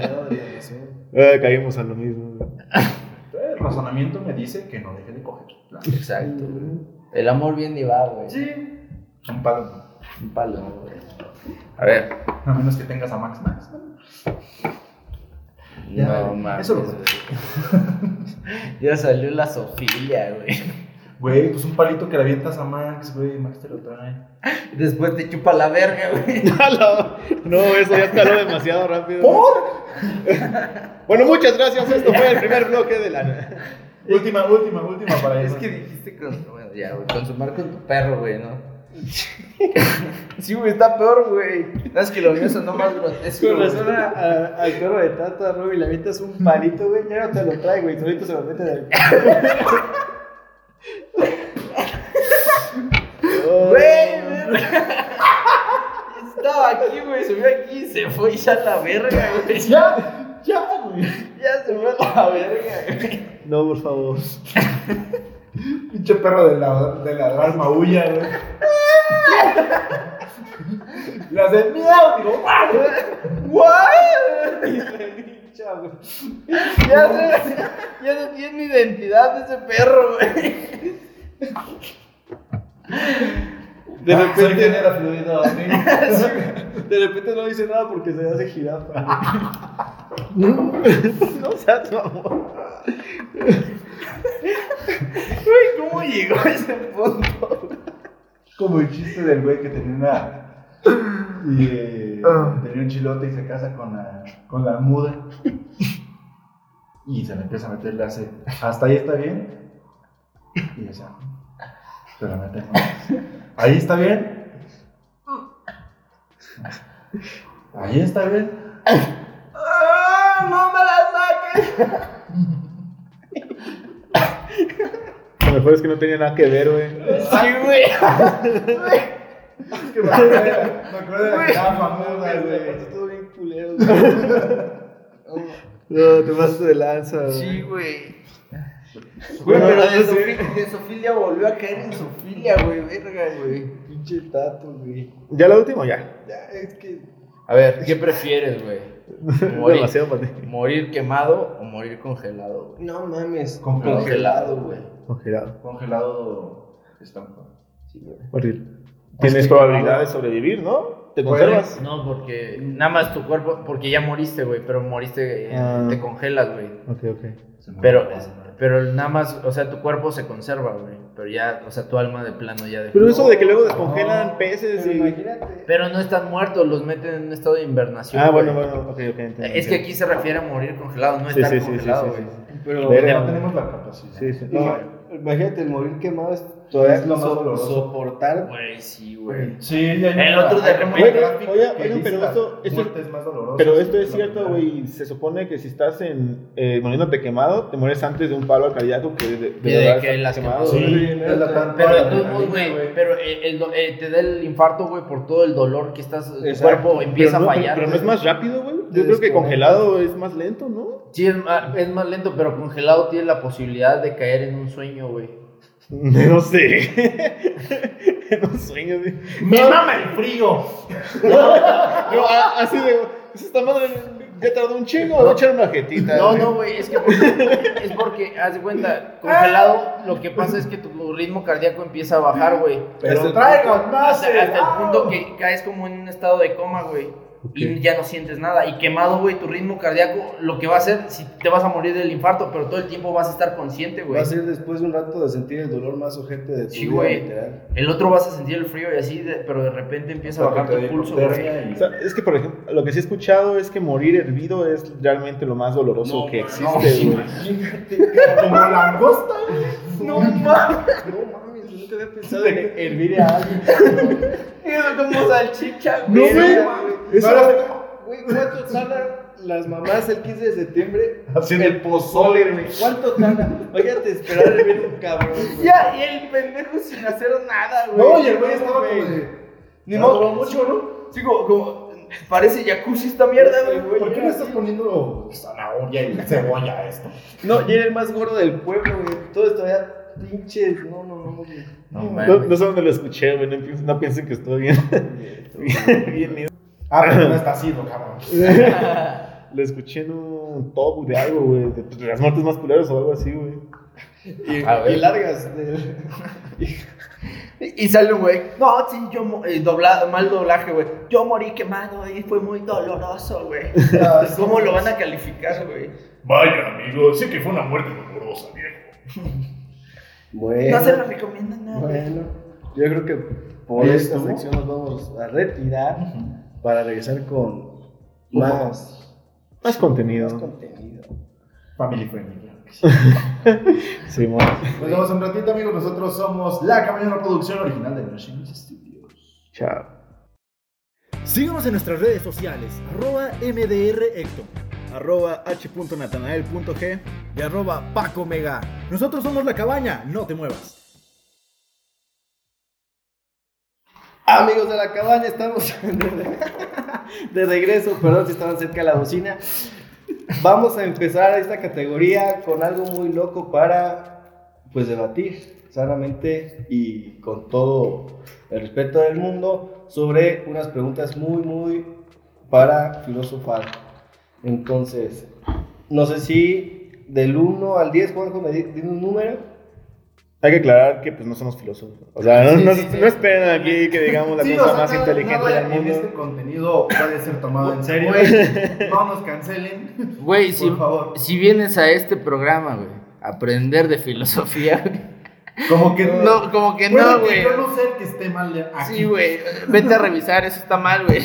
Speaker 4: lado de la emoción.
Speaker 2: Eh, caímos a lo mismo. güey.
Speaker 1: El razonamiento me dice que no deje de coger. La-
Speaker 3: Exacto, güey. El amor viene y va, güey.
Speaker 1: Sí. Un palo.
Speaker 3: Un palo, güey.
Speaker 5: A ver.
Speaker 1: A menos que tengas a Max Max. ¿no? Ya,
Speaker 3: No
Speaker 1: güey.
Speaker 3: mames.
Speaker 1: Eso lo-
Speaker 3: güey. Ya salió la Sofía, güey.
Speaker 1: Güey, pues un palito que le avientas a Max, güey. Max te lo trae.
Speaker 3: Después te chupa la verga, güey.
Speaker 2: No, eso ya escaló demasiado rápido. Bueno, muchas gracias. Esto fue el primer bloque de la.
Speaker 1: Última, última, última para
Speaker 3: Es
Speaker 1: eso.
Speaker 3: que dijiste con... bueno, ya, güey, consumar con tu perro, güey, ¿no? sí, güey, está peor, güey. Sabes que lo mío sonó más grotesco.
Speaker 4: Con
Speaker 3: güey.
Speaker 4: razón a- a- al perro de Tata, Roby, le avientas un palito, güey, ya no te lo trae, güey, solito se lo mete del.
Speaker 3: Güey, güey. Estaba aquí, güey, se vio aquí, se fue ya a la verga, güey.
Speaker 1: Ya, ya, güey.
Speaker 3: Ya se fue a la verga, güey.
Speaker 2: No, por favor.
Speaker 1: Pinche perro de la, de la gran maulla, güey. Las de miedo, digo, ¡guau!
Speaker 3: ¡Guau! Ya, se, ya no tiene identidad ese perro, güey.
Speaker 4: De
Speaker 2: Ah,
Speaker 1: Ah, Soy
Speaker 4: repente,
Speaker 1: ingeniero fluido, ¿sí?
Speaker 4: de repente no dice nada porque se hace jirafa. güey.
Speaker 2: No seas mamón.
Speaker 3: Güey, ¿cómo llegó a ese punto?
Speaker 1: Como el chiste del güey que tenía una. y, eh,
Speaker 4: Ah.
Speaker 1: tenía un chilote y se casa con la, con la muda. Y se le empieza a meter la sed. Hasta ahí está bien. Y ya sea. Se la mete más. Ahí está bien. Ahí está bien.
Speaker 3: ¡Ah, ¡No me la saques!
Speaker 2: Lo mejor es que no tenía nada que ver, güey.
Speaker 3: Sí, güey.
Speaker 1: Es que me acuerdo de la- me acuerdo de la jirafa muda,
Speaker 4: Aparte,
Speaker 1: güey.
Speaker 4: todo bien culero, güey.
Speaker 2: No, te pasaste de lanza.
Speaker 3: Sí, güey.
Speaker 4: Güey,
Speaker 3: pero
Speaker 4: pero
Speaker 3: de,
Speaker 4: no sé.
Speaker 3: Sofi- de Sofilia volvió a caer en Sofilia, güey. Verga, güey.
Speaker 4: Pinche tato, güey.
Speaker 2: Ya lo último, ya.
Speaker 4: Ya, es que.
Speaker 3: A ver, ¿qué prefieres, güey?
Speaker 2: Demasiado para ti.
Speaker 3: ¿Morir quemado o morir congelado, güey?
Speaker 4: No mames.
Speaker 1: Con-
Speaker 3: Congelado, güey.
Speaker 2: Congelado.
Speaker 1: Congelado estampa.
Speaker 3: Sí, güey.
Speaker 2: Horrible. Tienes
Speaker 1: que-
Speaker 2: probabilidad de sobrevivir, ¿no? Te
Speaker 1: Pues-
Speaker 2: conservas.
Speaker 5: No, porque nada más tu cuerpo, porque ya moriste, güey, pero moriste, eh,
Speaker 2: Ah.
Speaker 5: te congelas, güey.
Speaker 2: Ok, ok.
Speaker 1: Se me
Speaker 5: Pero,
Speaker 1: acaba de-
Speaker 5: pero nada más, o sea, tu cuerpo se conserva, güey. Pero ya, o sea, tu alma de plano ya de...
Speaker 2: Pero eso de que luego descongelan peces
Speaker 4: Pero
Speaker 2: y.
Speaker 4: imagínate.
Speaker 5: Pero no están muertos, los meten en un estado de invernación.
Speaker 2: Ah, bueno,
Speaker 5: güey.
Speaker 2: bueno, ok, ok. entiendo,
Speaker 5: Es que
Speaker 2: entiendo.
Speaker 5: aquí se refiere a morir congelado, no
Speaker 2: Sí,
Speaker 5: estar
Speaker 2: sí, sí, sí, sí,
Speaker 5: congelado, güey.
Speaker 2: sí, sí.
Speaker 4: Pero.
Speaker 2: Verga.
Speaker 1: No tenemos la capacidad.
Speaker 2: Sí, sí.
Speaker 4: No, imagínate el morir quemado es todavía
Speaker 1: Es lo más
Speaker 4: so-
Speaker 1: doloroso.
Speaker 4: soportar.
Speaker 5: Güey, sí, güey.
Speaker 1: Sí, ya
Speaker 5: El otro de repente-
Speaker 2: Oigan, oigan, oigan, pero esto- esto-
Speaker 1: es más doloroso.
Speaker 2: Pero esto es cierto, güey. Se supone que si estás en, eh, muriéndote quemado, te mueres antes de un palo cardíaco que de, de
Speaker 5: Que de
Speaker 2: verdad
Speaker 5: que
Speaker 2: estás
Speaker 5: las
Speaker 2: quemado.
Speaker 5: quemadas,
Speaker 1: Sí,
Speaker 2: güey.
Speaker 1: es la tanta
Speaker 5: Pero de todos
Speaker 1: adrenalina,
Speaker 5: modos, güey, pero el- el do- eh, te da el infarto, güey, por todo el dolor que estás, tu
Speaker 4: Exacto.
Speaker 5: cuerpo empieza
Speaker 2: Pero no-
Speaker 5: a fallar.
Speaker 2: Pero no es
Speaker 5: güey.
Speaker 2: más rápido, güey. Yo
Speaker 4: Te
Speaker 2: creo que
Speaker 4: desconectas.
Speaker 2: congelado es más lento, ¿no?
Speaker 5: Sí, es más, es más lento, pero congelado tiene la posibilidad de caer en un sueño, güey.
Speaker 2: No sé. no sueño, güey.
Speaker 1: ¡Me mama el frío!
Speaker 2: No, a- así de. "Pues Esta madre ya tardó un chingo. Voy a echar una jetita.
Speaker 5: No,
Speaker 2: güey".
Speaker 5: no, güey, es que porque- es porque, haz de cuenta, congelado lo que pasa es que tu ritmo cardíaco empieza a bajar, güey.
Speaker 1: Pero
Speaker 4: Hasta el
Speaker 1: traigan más. eh.
Speaker 5: Hasta, hasta el
Speaker 1: helado.
Speaker 3: Ah.
Speaker 5: punto que caes como en un estado de coma, güey. Y ya no sientes nada. Y quemado, güey, tu ritmo cardíaco, lo que va a hacer, si te vas a morir del infarto, pero todo el tiempo vas a estar consciente, güey.
Speaker 4: Va a ser después de un rato de sentir el dolor más urgente de tu
Speaker 5: Sí,
Speaker 4: vida,
Speaker 5: güey.
Speaker 4: literal.
Speaker 5: El otro vas a sentir el frío y así, de- pero de repente empieza a
Speaker 1: Hasta
Speaker 5: bajar
Speaker 1: que Ah. te
Speaker 5: tu
Speaker 1: dé
Speaker 5: pulso,
Speaker 1: hipotermia
Speaker 5: güey.
Speaker 1: y-
Speaker 2: O sea, es que, por ejemplo, lo que sí he escuchado es que morir hervido es realmente lo más doloroso que
Speaker 5: no,
Speaker 2: existe,
Speaker 5: sí,
Speaker 2: güey.
Speaker 1: Como langosta, güey.
Speaker 3: No mames.
Speaker 4: No mames, nunca había pensado en hervir a alguien. cabrón.
Speaker 3: Eso como salchicha,
Speaker 2: No,
Speaker 3: güey.
Speaker 2: güey.
Speaker 3: mames.
Speaker 2: Eso-
Speaker 1: No, no, no.
Speaker 4: Güey, ¿cuánto tarda las mamás el 15 de septiembre.
Speaker 2: Haciendo el pozole, güey.
Speaker 4: ¿Cuánto tarda? Imagínate esperar el ver un cabrón. güey.
Speaker 3: Ya, y el pendejo sin hacer nada, güey.
Speaker 2: No, y el güey estaba como de.
Speaker 3: Ni modo.
Speaker 2: mucho, ¿no?
Speaker 3: Sí, como, como, parece jacuzzi esta mierda, güey.
Speaker 2: ¿Por qué no estás poniendo zanahoria y cebolla a esto?
Speaker 4: No, y era el más gordo del pueblo, güey. Todo esto ya pinches. No, no, no, güey.
Speaker 5: No,
Speaker 2: No,
Speaker 5: mames.
Speaker 2: no sé dónde lo escuché, güey. No, piensen- no piensen que estoy bien.
Speaker 1: Ah, pero no está sido, cabrón.
Speaker 2: Lo escuché en un top de algo, güey. De, de las muertes más culeras o algo así, güey.
Speaker 4: Y,
Speaker 5: A ver.
Speaker 4: y largas. de-
Speaker 3: Y y sale un güey. No, sí, yo. mo- eh, doblado, mal doblaje, güey. Yo morí quemado y fue muy doloroso, güey. Ah, ¿Cómo lo van a calificar, güey?
Speaker 6: Vaya, amigo, sé que fue una muerte dolorosa, viejo.
Speaker 4: Bueno.
Speaker 3: No se lo recomiendan nada.
Speaker 4: Bueno, yo creo que por
Speaker 1: Ahí
Speaker 4: esta
Speaker 1: estuvo.
Speaker 4: sección nos vamos a retirar para regresar con más,
Speaker 2: Más contenido.
Speaker 4: más contenido.
Speaker 1: Family friendly, claro que sí.
Speaker 2: Sí, mo-
Speaker 1: Nos vemos un ratito, amigos. Nosotros somos La Caminera Producción Original de Notion Studios.
Speaker 2: Chao.
Speaker 7: Síguenos en nuestras redes sociales, arroba mdrhector, arroba h.natanael.g y arroba Paco Mega. Nosotros somos La Cabaña, no te muevas.
Speaker 4: Amigos de la cabaña, estamos de, de regreso, perdón si estaban cerca de la bocina. Vamos a empezar esta categoría con algo muy loco para pues debatir sanamente y con todo el respeto del mundo sobre unas preguntas muy muy para filosofar. Entonces, no sé si del 1 al 10, Juanjo, me di- dime un número.
Speaker 2: Hay que aclarar que pues no somos filósofos. O sea, no,
Speaker 4: Sí,
Speaker 2: no,
Speaker 4: sí, sí.
Speaker 2: no esperen aquí que digamos la
Speaker 1: Sí, o
Speaker 2: cosa
Speaker 1: sea,
Speaker 2: más
Speaker 1: nada-
Speaker 2: inteligente
Speaker 1: nada
Speaker 2: del
Speaker 1: En
Speaker 2: mundo.
Speaker 1: este contenido puede ser tomado en serio. No nos cancelen.
Speaker 5: Güey, si,
Speaker 1: Por favor.
Speaker 5: si vienes a este programa, güey, a aprender de filosofía, güey.
Speaker 1: Como que
Speaker 5: No, como que
Speaker 1: Puede
Speaker 5: no,
Speaker 1: que
Speaker 5: güey.
Speaker 1: Yo no sé que esté mal de- aquí.
Speaker 5: Sí, güey. Vete a revisar, eso está mal, güey.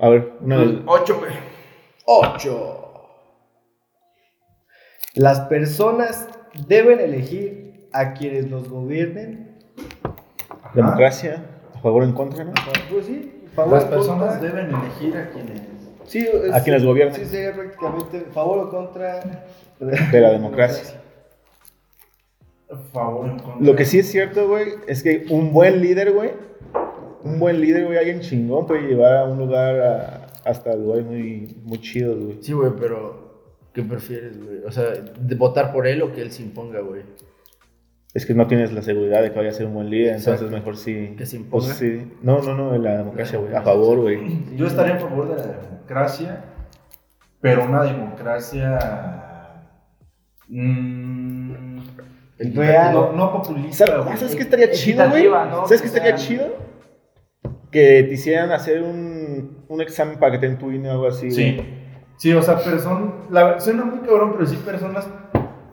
Speaker 2: A ver, una del-
Speaker 3: Ocho, güey.
Speaker 4: 8. Las personas deben elegir a quienes los gobiernen.
Speaker 1: Ajá.
Speaker 2: democracia, a favor o en contra, ¿no?
Speaker 4: Pues sí, favor
Speaker 1: Las
Speaker 4: o
Speaker 1: personas
Speaker 4: contra.
Speaker 1: deben elegir a quienes.
Speaker 4: Sí, es-
Speaker 2: a quienes gobiernen.
Speaker 4: Sí, sería prácticamente favor o contra
Speaker 2: De la democracia.
Speaker 1: Favor en contra.
Speaker 2: Lo que sí es cierto, güey, es que un buen líder, güey, un buen líder, güey, alguien chingón puede llevar a un lugar a- hasta lugares muy, muy chidos, güey.
Speaker 5: Sí, güey, pero ¿qué prefieres, güey? O sea, de votar por él o que él se imponga, güey.
Speaker 2: Es que no tienes la seguridad de que vaya a ser un buen líder, entonces
Speaker 5: Exacto.
Speaker 2: mejor sí.
Speaker 5: Que se imponga.
Speaker 2: pues, sí. No, no, no, de la democracia, güey. A favor, güey.
Speaker 1: Yo estaría a favor de la democracia, pero una democracia. mm,
Speaker 4: Real.
Speaker 1: No, no populista. güey.
Speaker 2: ¿Sabes qué estaría chido, güey?
Speaker 3: Equitativa, ¿no?
Speaker 2: ¿Sabes qué
Speaker 3: O sea,
Speaker 2: estaría chido? Que te hicieran hacer un, un examen para que te den tu INE o algo así. güey.
Speaker 1: Sí. Sí, o sea, personas. La, suena muy cabrón, pero sí, personas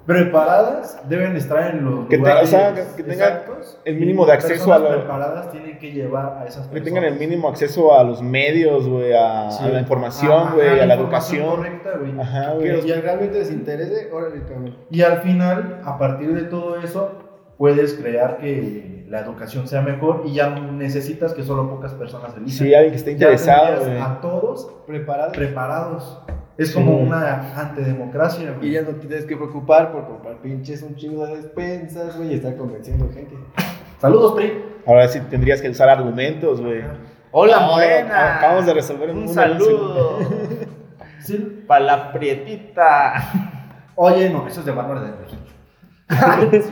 Speaker 1: preparadas deben estar en los.
Speaker 2: Que te-
Speaker 1: lugares
Speaker 2: o sea, que- que tengan
Speaker 1: exactos,
Speaker 2: el mínimo
Speaker 1: y
Speaker 2: de acceso
Speaker 1: personas
Speaker 2: a la-
Speaker 1: preparadas tienen que llevar a esas personas.
Speaker 2: Que tengan el mínimo acceso a los medios, güey, a,
Speaker 1: Sí.
Speaker 2: a la
Speaker 1: Ajá,
Speaker 2: información, güey, a, la,
Speaker 1: información
Speaker 2: educación.
Speaker 1: correcta, güey.
Speaker 2: Ajá,
Speaker 4: que los
Speaker 2: güey.
Speaker 4: que realmente les interese. Órale, cabrón.
Speaker 1: Y al final, a partir de todo eso, puedes crear que la educación sea mejor y ya no necesitas que solo pocas personas elijan.
Speaker 2: Sí, alguien que esté
Speaker 1: Ya
Speaker 2: interesado,
Speaker 1: tendrías
Speaker 2: güey.
Speaker 1: a todos
Speaker 4: Preparado.
Speaker 1: preparados. Es
Speaker 2: Sí.
Speaker 1: como una antidemocracia, güey.
Speaker 4: y ya no te tienes que preocupar por comprar pinches un chingo de despensas, güey, y estar convenciendo gente.
Speaker 1: Saludos, PRI.
Speaker 2: Ahora sí tendrías que usar argumentos, güey.
Speaker 5: ¡Hola,
Speaker 2: Ahora,
Speaker 5: morena!
Speaker 2: Acabamos de resolver un
Speaker 5: Un
Speaker 2: mundo en un
Speaker 5: saludo.
Speaker 1: Sí.
Speaker 5: Para la prietita.
Speaker 1: Oye, no, eso es de Bárbara de Regil.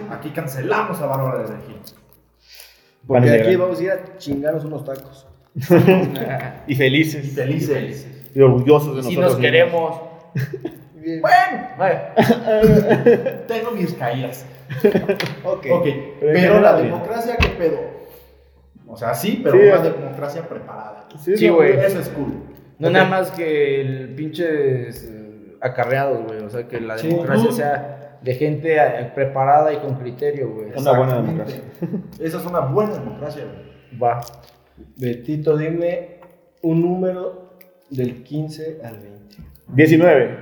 Speaker 1: Aquí cancelamos a Bárbara de Regil.
Speaker 4: Porque
Speaker 2: Vale,
Speaker 4: aquí
Speaker 2: legal.
Speaker 4: vamos a ir a chingarnos unos tacos.
Speaker 2: Y felices.
Speaker 1: Y felices.
Speaker 2: Y orgullosos de nosotros.
Speaker 5: Si nos
Speaker 2: mismos.
Speaker 5: queremos.
Speaker 4: Bien.
Speaker 1: Bueno,
Speaker 5: Güey,
Speaker 1: tengo mis caídas.
Speaker 4: Ok.
Speaker 1: Ok,
Speaker 2: Pero
Speaker 1: pero,
Speaker 2: en general,
Speaker 1: la
Speaker 2: bien.
Speaker 1: democracia, ¿qué pedo? O sea, sí, pero
Speaker 2: Sí,
Speaker 1: una
Speaker 2: es-
Speaker 1: democracia preparada.
Speaker 5: Sí, güey.
Speaker 1: Eso es cool.
Speaker 5: No
Speaker 1: Ok.
Speaker 5: nada más que el pinche eh, acarreados, güey. O sea, que la
Speaker 4: Sí.
Speaker 5: democracia sea de gente eh, preparada y con criterio, güey.
Speaker 2: Una buena
Speaker 1: Exactamente.
Speaker 2: democracia.
Speaker 1: Esa es una buena democracia, güey.
Speaker 5: Va.
Speaker 4: Betito, dime un número del 15 al 20.
Speaker 2: 19.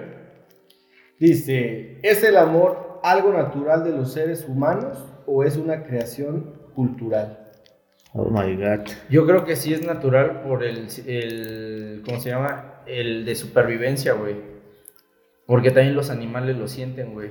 Speaker 4: Dice, ¿es el amor algo natural de los seres humanos o es una creación cultural?
Speaker 2: Oh my god.
Speaker 3: Yo creo que sí es natural por el, el ¿cómo se llama? El de supervivencia, güey. Porque también los animales lo sienten, güey.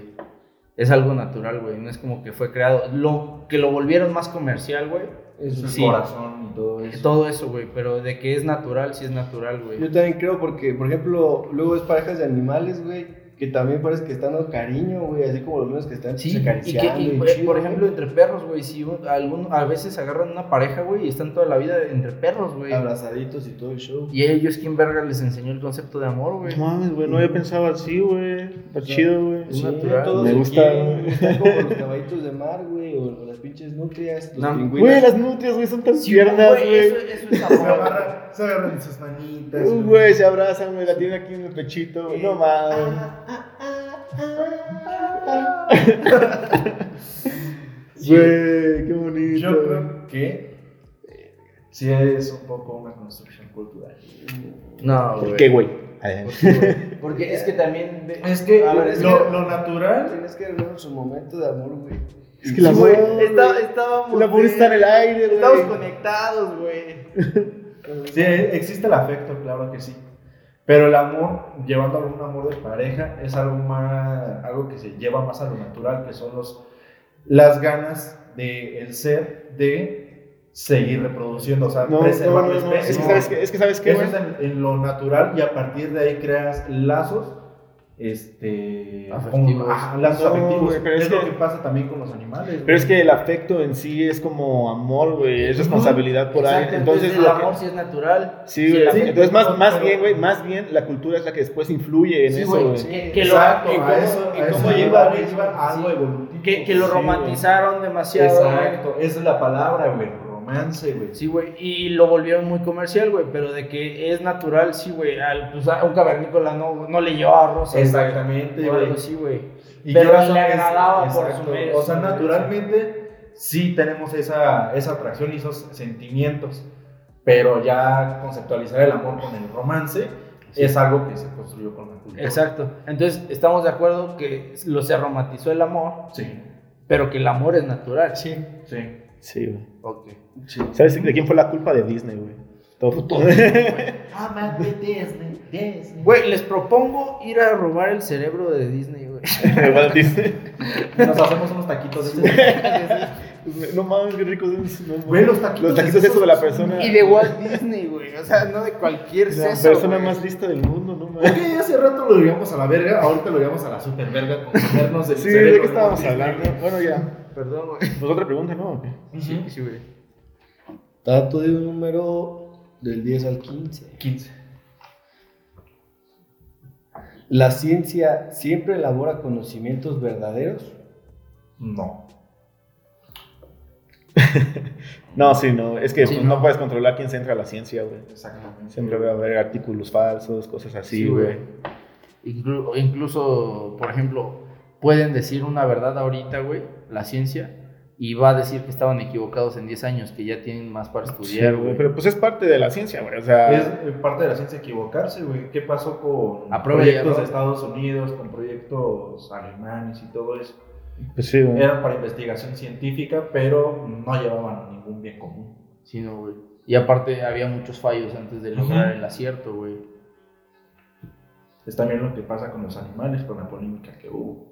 Speaker 3: Es algo natural, güey. No es como que fue creado. Lo que lo volvieron más comercial, güey.
Speaker 1: Es el
Speaker 3: Sí.
Speaker 1: corazón y todo
Speaker 2: pues.
Speaker 1: eso.
Speaker 3: Todo eso, güey. Pero de que es natural, sí es natural,
Speaker 4: Yo
Speaker 3: güey.
Speaker 4: también creo porque, por ejemplo, luego es parejas de animales, güey, que también parece que están dando cariño, güey, así como los míos que están
Speaker 3: Sí,
Speaker 4: pues,
Speaker 3: y que,
Speaker 4: acariciando.
Speaker 3: y,
Speaker 4: y
Speaker 3: por-
Speaker 4: chido,
Speaker 3: por
Speaker 4: güey.
Speaker 3: ejemplo, entre perros, güey, si un- algún, a veces agarran una pareja, güey, y están toda la vida entre perros, güey.
Speaker 4: abrazaditos y todo el show.
Speaker 3: Y ellos, quien verga les enseñó el concepto de amor, güey?
Speaker 2: No mames, güey, no había pensado así, güey. Está chido, güey.
Speaker 3: Sí, natural.
Speaker 4: todos
Speaker 2: Me
Speaker 4: se
Speaker 2: gusta,
Speaker 4: quieren,
Speaker 2: güey.
Speaker 4: Están como los caballitos de mar, güey, o, o las pinches nutrias, los
Speaker 3: No,
Speaker 4: pingüinos.
Speaker 2: Güey, las nutrias, güey, son tan
Speaker 3: Sí,
Speaker 2: tiernas,
Speaker 3: güey,
Speaker 2: güey.
Speaker 5: Eso, eso es amor.
Speaker 1: Se agarran, se agarran sus manitas.
Speaker 2: Uh, Güey, se abrazan, güey, la tiene aquí en el pechito, güey. No mames. Güey, qué bonito.
Speaker 1: Yo creo que sí es un poco una construcción cultural.
Speaker 3: No,
Speaker 2: ¿Por
Speaker 3: güey.
Speaker 2: qué, güey?
Speaker 3: Porque es que también. ve-
Speaker 1: Es que,
Speaker 4: A ver, es
Speaker 1: lo,
Speaker 4: que-
Speaker 1: lo natural
Speaker 4: Tienes que arreglar su momento de amor, güey.
Speaker 2: Es que la amor, güey,
Speaker 3: Está- estábamos.
Speaker 2: el amor está en el aire, güey.
Speaker 3: Estamos conectados, güey.
Speaker 1: Sí, existe el afecto, claro que sí. Pero el amor, llevando a un amor de pareja, es algo más, algo que se lleva más a lo natural, que son los, las ganas del el ser de seguir reproduciendo, o sea,
Speaker 2: No,
Speaker 1: preservar
Speaker 2: no, no,
Speaker 1: la
Speaker 2: no,
Speaker 1: especie.
Speaker 2: Es que sabes que, es que sabes que,
Speaker 1: Eso
Speaker 2: güey.
Speaker 1: es en, en lo natural y a partir de ahí creas lazos, este,
Speaker 5: Afectivos.
Speaker 1: con- ajá, lazos
Speaker 2: No,
Speaker 1: afectivos.
Speaker 2: güey, pero
Speaker 1: es,
Speaker 2: es
Speaker 1: lo
Speaker 2: que-
Speaker 1: que pasa también con los animales.
Speaker 2: Pero
Speaker 1: güey.
Speaker 2: es que el afecto en sí es como amor, güey. Es responsabilidad por alguien.
Speaker 3: Exacto,
Speaker 2: Entonces,
Speaker 3: el
Speaker 2: lo que-
Speaker 3: amor sí es natural.
Speaker 2: Sí, güey.
Speaker 1: Sí,
Speaker 2: Entonces, más,
Speaker 1: pero-
Speaker 2: más
Speaker 1: pero-
Speaker 2: bien, güey, más bien la cultura es la que después influye en
Speaker 3: Sí,
Speaker 2: eso,
Speaker 3: güey,
Speaker 2: güey.
Speaker 3: Que, que lo,
Speaker 1: Exacto,
Speaker 4: y
Speaker 1: a
Speaker 4: cómo-
Speaker 1: eso,
Speaker 4: y
Speaker 1: a eso
Speaker 4: cómo
Speaker 1: lleva,
Speaker 4: lleva-
Speaker 1: lleva
Speaker 4: sí.
Speaker 1: algo evolutivo.
Speaker 3: que, que lo
Speaker 2: Sí,
Speaker 3: romantizaron demasiado. güey.
Speaker 1: Exacto, esa es la palabra, güey, romance, güey.
Speaker 3: Sí, güey. Y lo volvieron muy comercial, güey. Pero de que es natural, sí, güey. Al- Pues a un cavernícola no, no le llevaba rosas. güey,
Speaker 1: Exactamente,
Speaker 3: o
Speaker 1: güey.
Speaker 3: algo así, güey.
Speaker 1: Y
Speaker 3: pero
Speaker 1: quieras
Speaker 3: le
Speaker 1: o no, es-
Speaker 3: agradaba por
Speaker 1: exacto.
Speaker 3: su medio,
Speaker 1: O sea,
Speaker 3: su medio.
Speaker 1: naturalmente sí tenemos esa, esa atracción y esos sentimientos, pero ya conceptualizar el amor con el romance es algo que se construyó con la cultura.
Speaker 3: Exacto. Entonces, estamos de acuerdo que lo se romantizó el amor,
Speaker 1: Sí,
Speaker 3: pero que el amor es natural. Sí.
Speaker 1: sí.
Speaker 2: Sí, güey.
Speaker 3: Ok.
Speaker 2: ¿Sabes de quién fue la culpa de Disney, güey? Todo Ah,
Speaker 3: Güey, les propongo ir a robar el cerebro de Disney, güey.
Speaker 2: Walt Disney.
Speaker 1: Nos hacemos unos taquitos de
Speaker 2: No mames, qué ricos son. no,
Speaker 1: Güey, los taquitos
Speaker 2: Los taquitos
Speaker 1: esos
Speaker 2: esos de la
Speaker 1: son-
Speaker 2: persona.
Speaker 3: Y de Walt Disney, güey. O sea, no de cualquier
Speaker 2: La
Speaker 3: seso,
Speaker 2: persona
Speaker 3: güey.
Speaker 2: más lista del mundo, no mames.
Speaker 1: Ok, hace rato lo llevamos a la verga, ahorita lo llevamos a la super verga con comernos del
Speaker 2: Sí,
Speaker 1: cerebro
Speaker 2: ¿de qué
Speaker 1: de Walt
Speaker 2: estábamos
Speaker 1: Disney.
Speaker 2: hablando? Bueno, ya.
Speaker 3: Perdón, güey.
Speaker 2: Pues otra pregunta, ¿no? ¿O qué?
Speaker 1: Ujú.
Speaker 3: Sí, güey.
Speaker 4: Trato de un número del 10 al 15.
Speaker 1: 15.
Speaker 4: La ciencia siempre elabora conocimientos verdaderos.
Speaker 1: No.
Speaker 2: No, sí, no. Es que
Speaker 3: Sí,
Speaker 2: pues, no.
Speaker 3: no.
Speaker 2: puedes controlar quién se entra a la ciencia, güey.
Speaker 1: Exactamente.
Speaker 2: Siempre va a haber artículos falsos, cosas así,
Speaker 3: Sí,
Speaker 2: güey.
Speaker 3: güey. Inclu- incluso, por ejemplo, pueden decir una verdad ahorita, güey, la ciencia, y va a decir que estaban equivocados en 10 años, que ya tienen más para
Speaker 2: Sí,
Speaker 3: estudiar,
Speaker 2: güey.
Speaker 3: güey.
Speaker 2: Pero pues es parte de la ciencia, güey. O sea,
Speaker 1: Es eh, parte de la ciencia equivocarse, güey. ¿Qué pasó con
Speaker 3: A prueba y
Speaker 1: proyectos de
Speaker 3: error.
Speaker 1: Estados Unidos, con proyectos alemanes y todo eso?
Speaker 2: pues sí, güey.
Speaker 1: Eran para investigación científica, pero no llevaban ningún bien común.
Speaker 3: Sí, no, güey. Y aparte había muchos fallos antes de lograr el acierto, güey.
Speaker 1: Es también lo que pasa con los animales, con la polémica que hubo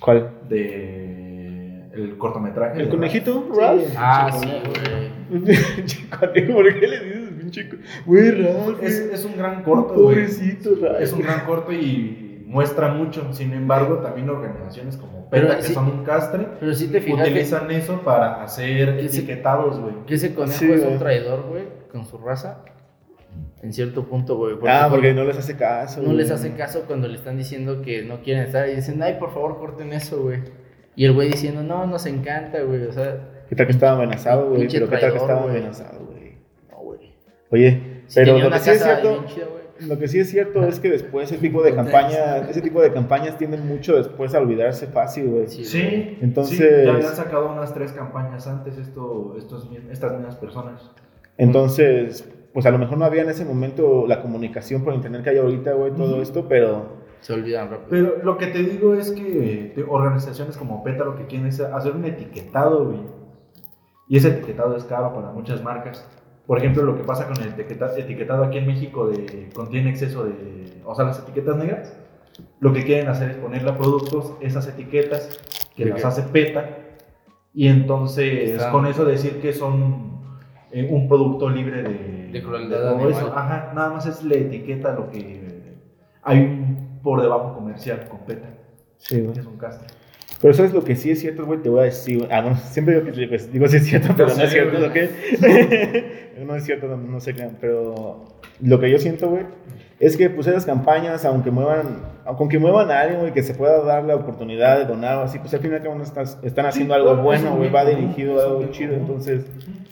Speaker 2: ¿Cuál?
Speaker 1: de el cortometraje.
Speaker 2: ¿El
Speaker 1: de
Speaker 2: conejito, Ralph?
Speaker 3: Ah, sí, güey.
Speaker 2: Pinche conejo, ¿por qué le dices pinche co- Güey, Ralph.
Speaker 1: Ralph. Es,
Speaker 2: güey.
Speaker 1: es un gran corto, güey.
Speaker 2: Oh, Pobrecito, Ralph.
Speaker 1: Es un gran corto y muestra mucho. Sin embargo, también organizaciones como
Speaker 3: Pero
Speaker 1: PETA, que
Speaker 3: sí-
Speaker 1: son un castre,
Speaker 3: Pero sí te fijas que,
Speaker 1: utilizan eso para hacer
Speaker 3: que sí-
Speaker 1: etiquetados, güey.
Speaker 3: que ese conejo
Speaker 2: Sí,
Speaker 3: es
Speaker 2: güey.
Speaker 3: un traidor, güey, con su raza. En cierto punto, güey.
Speaker 2: Ah, porque no les hace caso.
Speaker 3: no
Speaker 2: güey.
Speaker 3: les hacen caso cuando le están diciendo que no quieren estar y dicen, ay, por favor, corten eso, güey. Y el güey diciendo, no, nos encanta, güey. O sea,
Speaker 2: ¿Qué tal que estaba amenazado, güey?
Speaker 3: Pinche
Speaker 2: Pero qué tal que
Speaker 3: traidor,
Speaker 2: estaba
Speaker 3: güey.
Speaker 2: amenazado, güey.
Speaker 3: no, güey.
Speaker 2: Oye,
Speaker 3: Si
Speaker 2: pero
Speaker 3: tenía
Speaker 2: lo
Speaker 3: una
Speaker 2: que sí es
Speaker 3: casa
Speaker 2: cierto.
Speaker 3: bien chida, güey.
Speaker 2: Lo que sí es cierto es que después ese tipo de campaña, ese tipo de campañas tienden mucho después a olvidarse fácil, güey.
Speaker 3: Sí, güey.
Speaker 1: Sí,
Speaker 2: Entonces-
Speaker 1: sí, ya habían sacado unas tres campañas antes esto, estos, mi- estas mismas personas.
Speaker 2: Entonces, pues a lo mejor no había en ese momento la comunicación por internet que hay ahorita, güey, todo
Speaker 1: Ujú.
Speaker 2: esto, pero
Speaker 3: Se olvidan rápido.
Speaker 1: Pero lo que te digo es que eh, te- organizaciones como PETA lo que quieren es hacer un etiquetado, güey. Y ese etiquetado es caro para muchas marcas. Por ejemplo, lo que pasa con el etiqueta- etiquetado aquí en México de contiene exceso de, o sea, las etiquetas negras, lo que quieren hacer es ponerle a productos esas etiquetas que las hace PETA y entonces
Speaker 4: Está-
Speaker 1: con eso decir que son eh, un producto libre de,
Speaker 5: De crueldad
Speaker 1: todo
Speaker 5: animal.
Speaker 1: eso. Ajá, nada más es la etiqueta lo que eh, hay un por debajo comercial con PETA,
Speaker 2: Sí, güey.
Speaker 1: que es un castre.
Speaker 2: Pero sabes lo que sí es cierto, güey, te voy a decir. güey. Ah, no, siempre digo que sí, pues, digo sí es cierto, pero no es cierto, ¿ok? no es cierto, no, no sé qué, pero lo que yo siento, güey, es que pues esas campañas, aunque muevan, aunque muevan a alguien, güey, que se pueda dar la oportunidad de donar o así, pues al final que uno estás, están haciendo algo bueno, güey, va dirigido a algo chido, entonces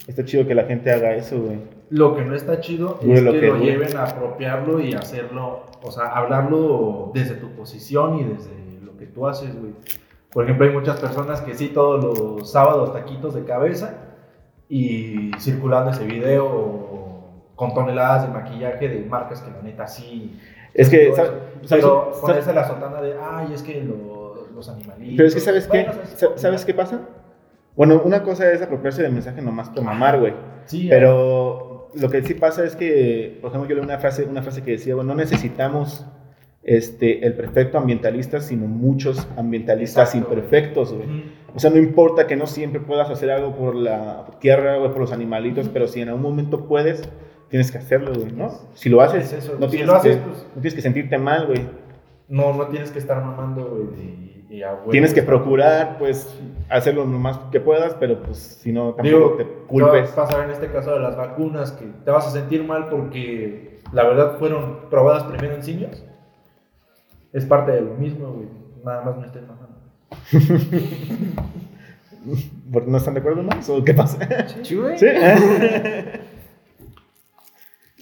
Speaker 2: está chido que la gente haga eso, güey.
Speaker 1: Lo que no está chido
Speaker 2: Güey,
Speaker 1: es
Speaker 2: lo
Speaker 1: que
Speaker 2: que
Speaker 1: lo
Speaker 2: duele.
Speaker 1: lleven a apropiarlo y hacerlo, o sea, hablarlo desde tu posición y desde lo que tú haces, güey. Por ejemplo, hay muchas personas que sí todos los sábados taquitos de cabeza y circulando ese video con toneladas de maquillaje de marcas que la neta sí.
Speaker 2: Es que,
Speaker 1: todo
Speaker 2: ¿sabes?
Speaker 1: eso.
Speaker 2: sabes-
Speaker 1: Pero
Speaker 2: sabes-
Speaker 1: ponerse la sotana de, ay, es que lo- los animalitos.
Speaker 2: Pero es que, ¿sabes qué?
Speaker 1: Bueno, o sea,
Speaker 2: Sa- ¿Sabes qué pasa? Bueno, una cosa es apropiarse del mensaje nomás por mamar, güey.
Speaker 1: Sí,
Speaker 2: Pero lo que sí pasa es que, por ejemplo, yo leí una frase, una frase que decía, bueno, no necesitamos este, el perfecto ambientalista, sino muchos ambientalistas
Speaker 1: Exacto.
Speaker 2: imperfectos, güey.
Speaker 1: Ujú.
Speaker 2: O sea, no importa que no siempre puedas hacer algo por la tierra, güey, por los animalitos, pero si en algún momento puedes, tienes que hacerlo, güey, ¿no? Si lo haces,
Speaker 1: Es eso.
Speaker 2: no,
Speaker 1: Si
Speaker 2: tienes
Speaker 1: lo haces,
Speaker 2: que,
Speaker 1: pues-
Speaker 2: no tienes que sentirte mal, güey.
Speaker 1: No, no tienes que estar mamando, güey. y- y a huevo.
Speaker 2: Tienes que procurar, pues, hacer lo más que puedas, pero pues, si no,
Speaker 1: Digo,
Speaker 2: tampoco te
Speaker 1: culpes.
Speaker 2: culpes.
Speaker 1: pasar en este caso de las vacunas, que te vas a sentir mal porque la verdad fueron probadas primero en simios. Es parte de lo mismo, güey. Nada más no estés mamando.
Speaker 2: ¿Por- ¿No están de acuerdo más? ¿O qué pasa?
Speaker 3: Sí, güey.
Speaker 2: Sí.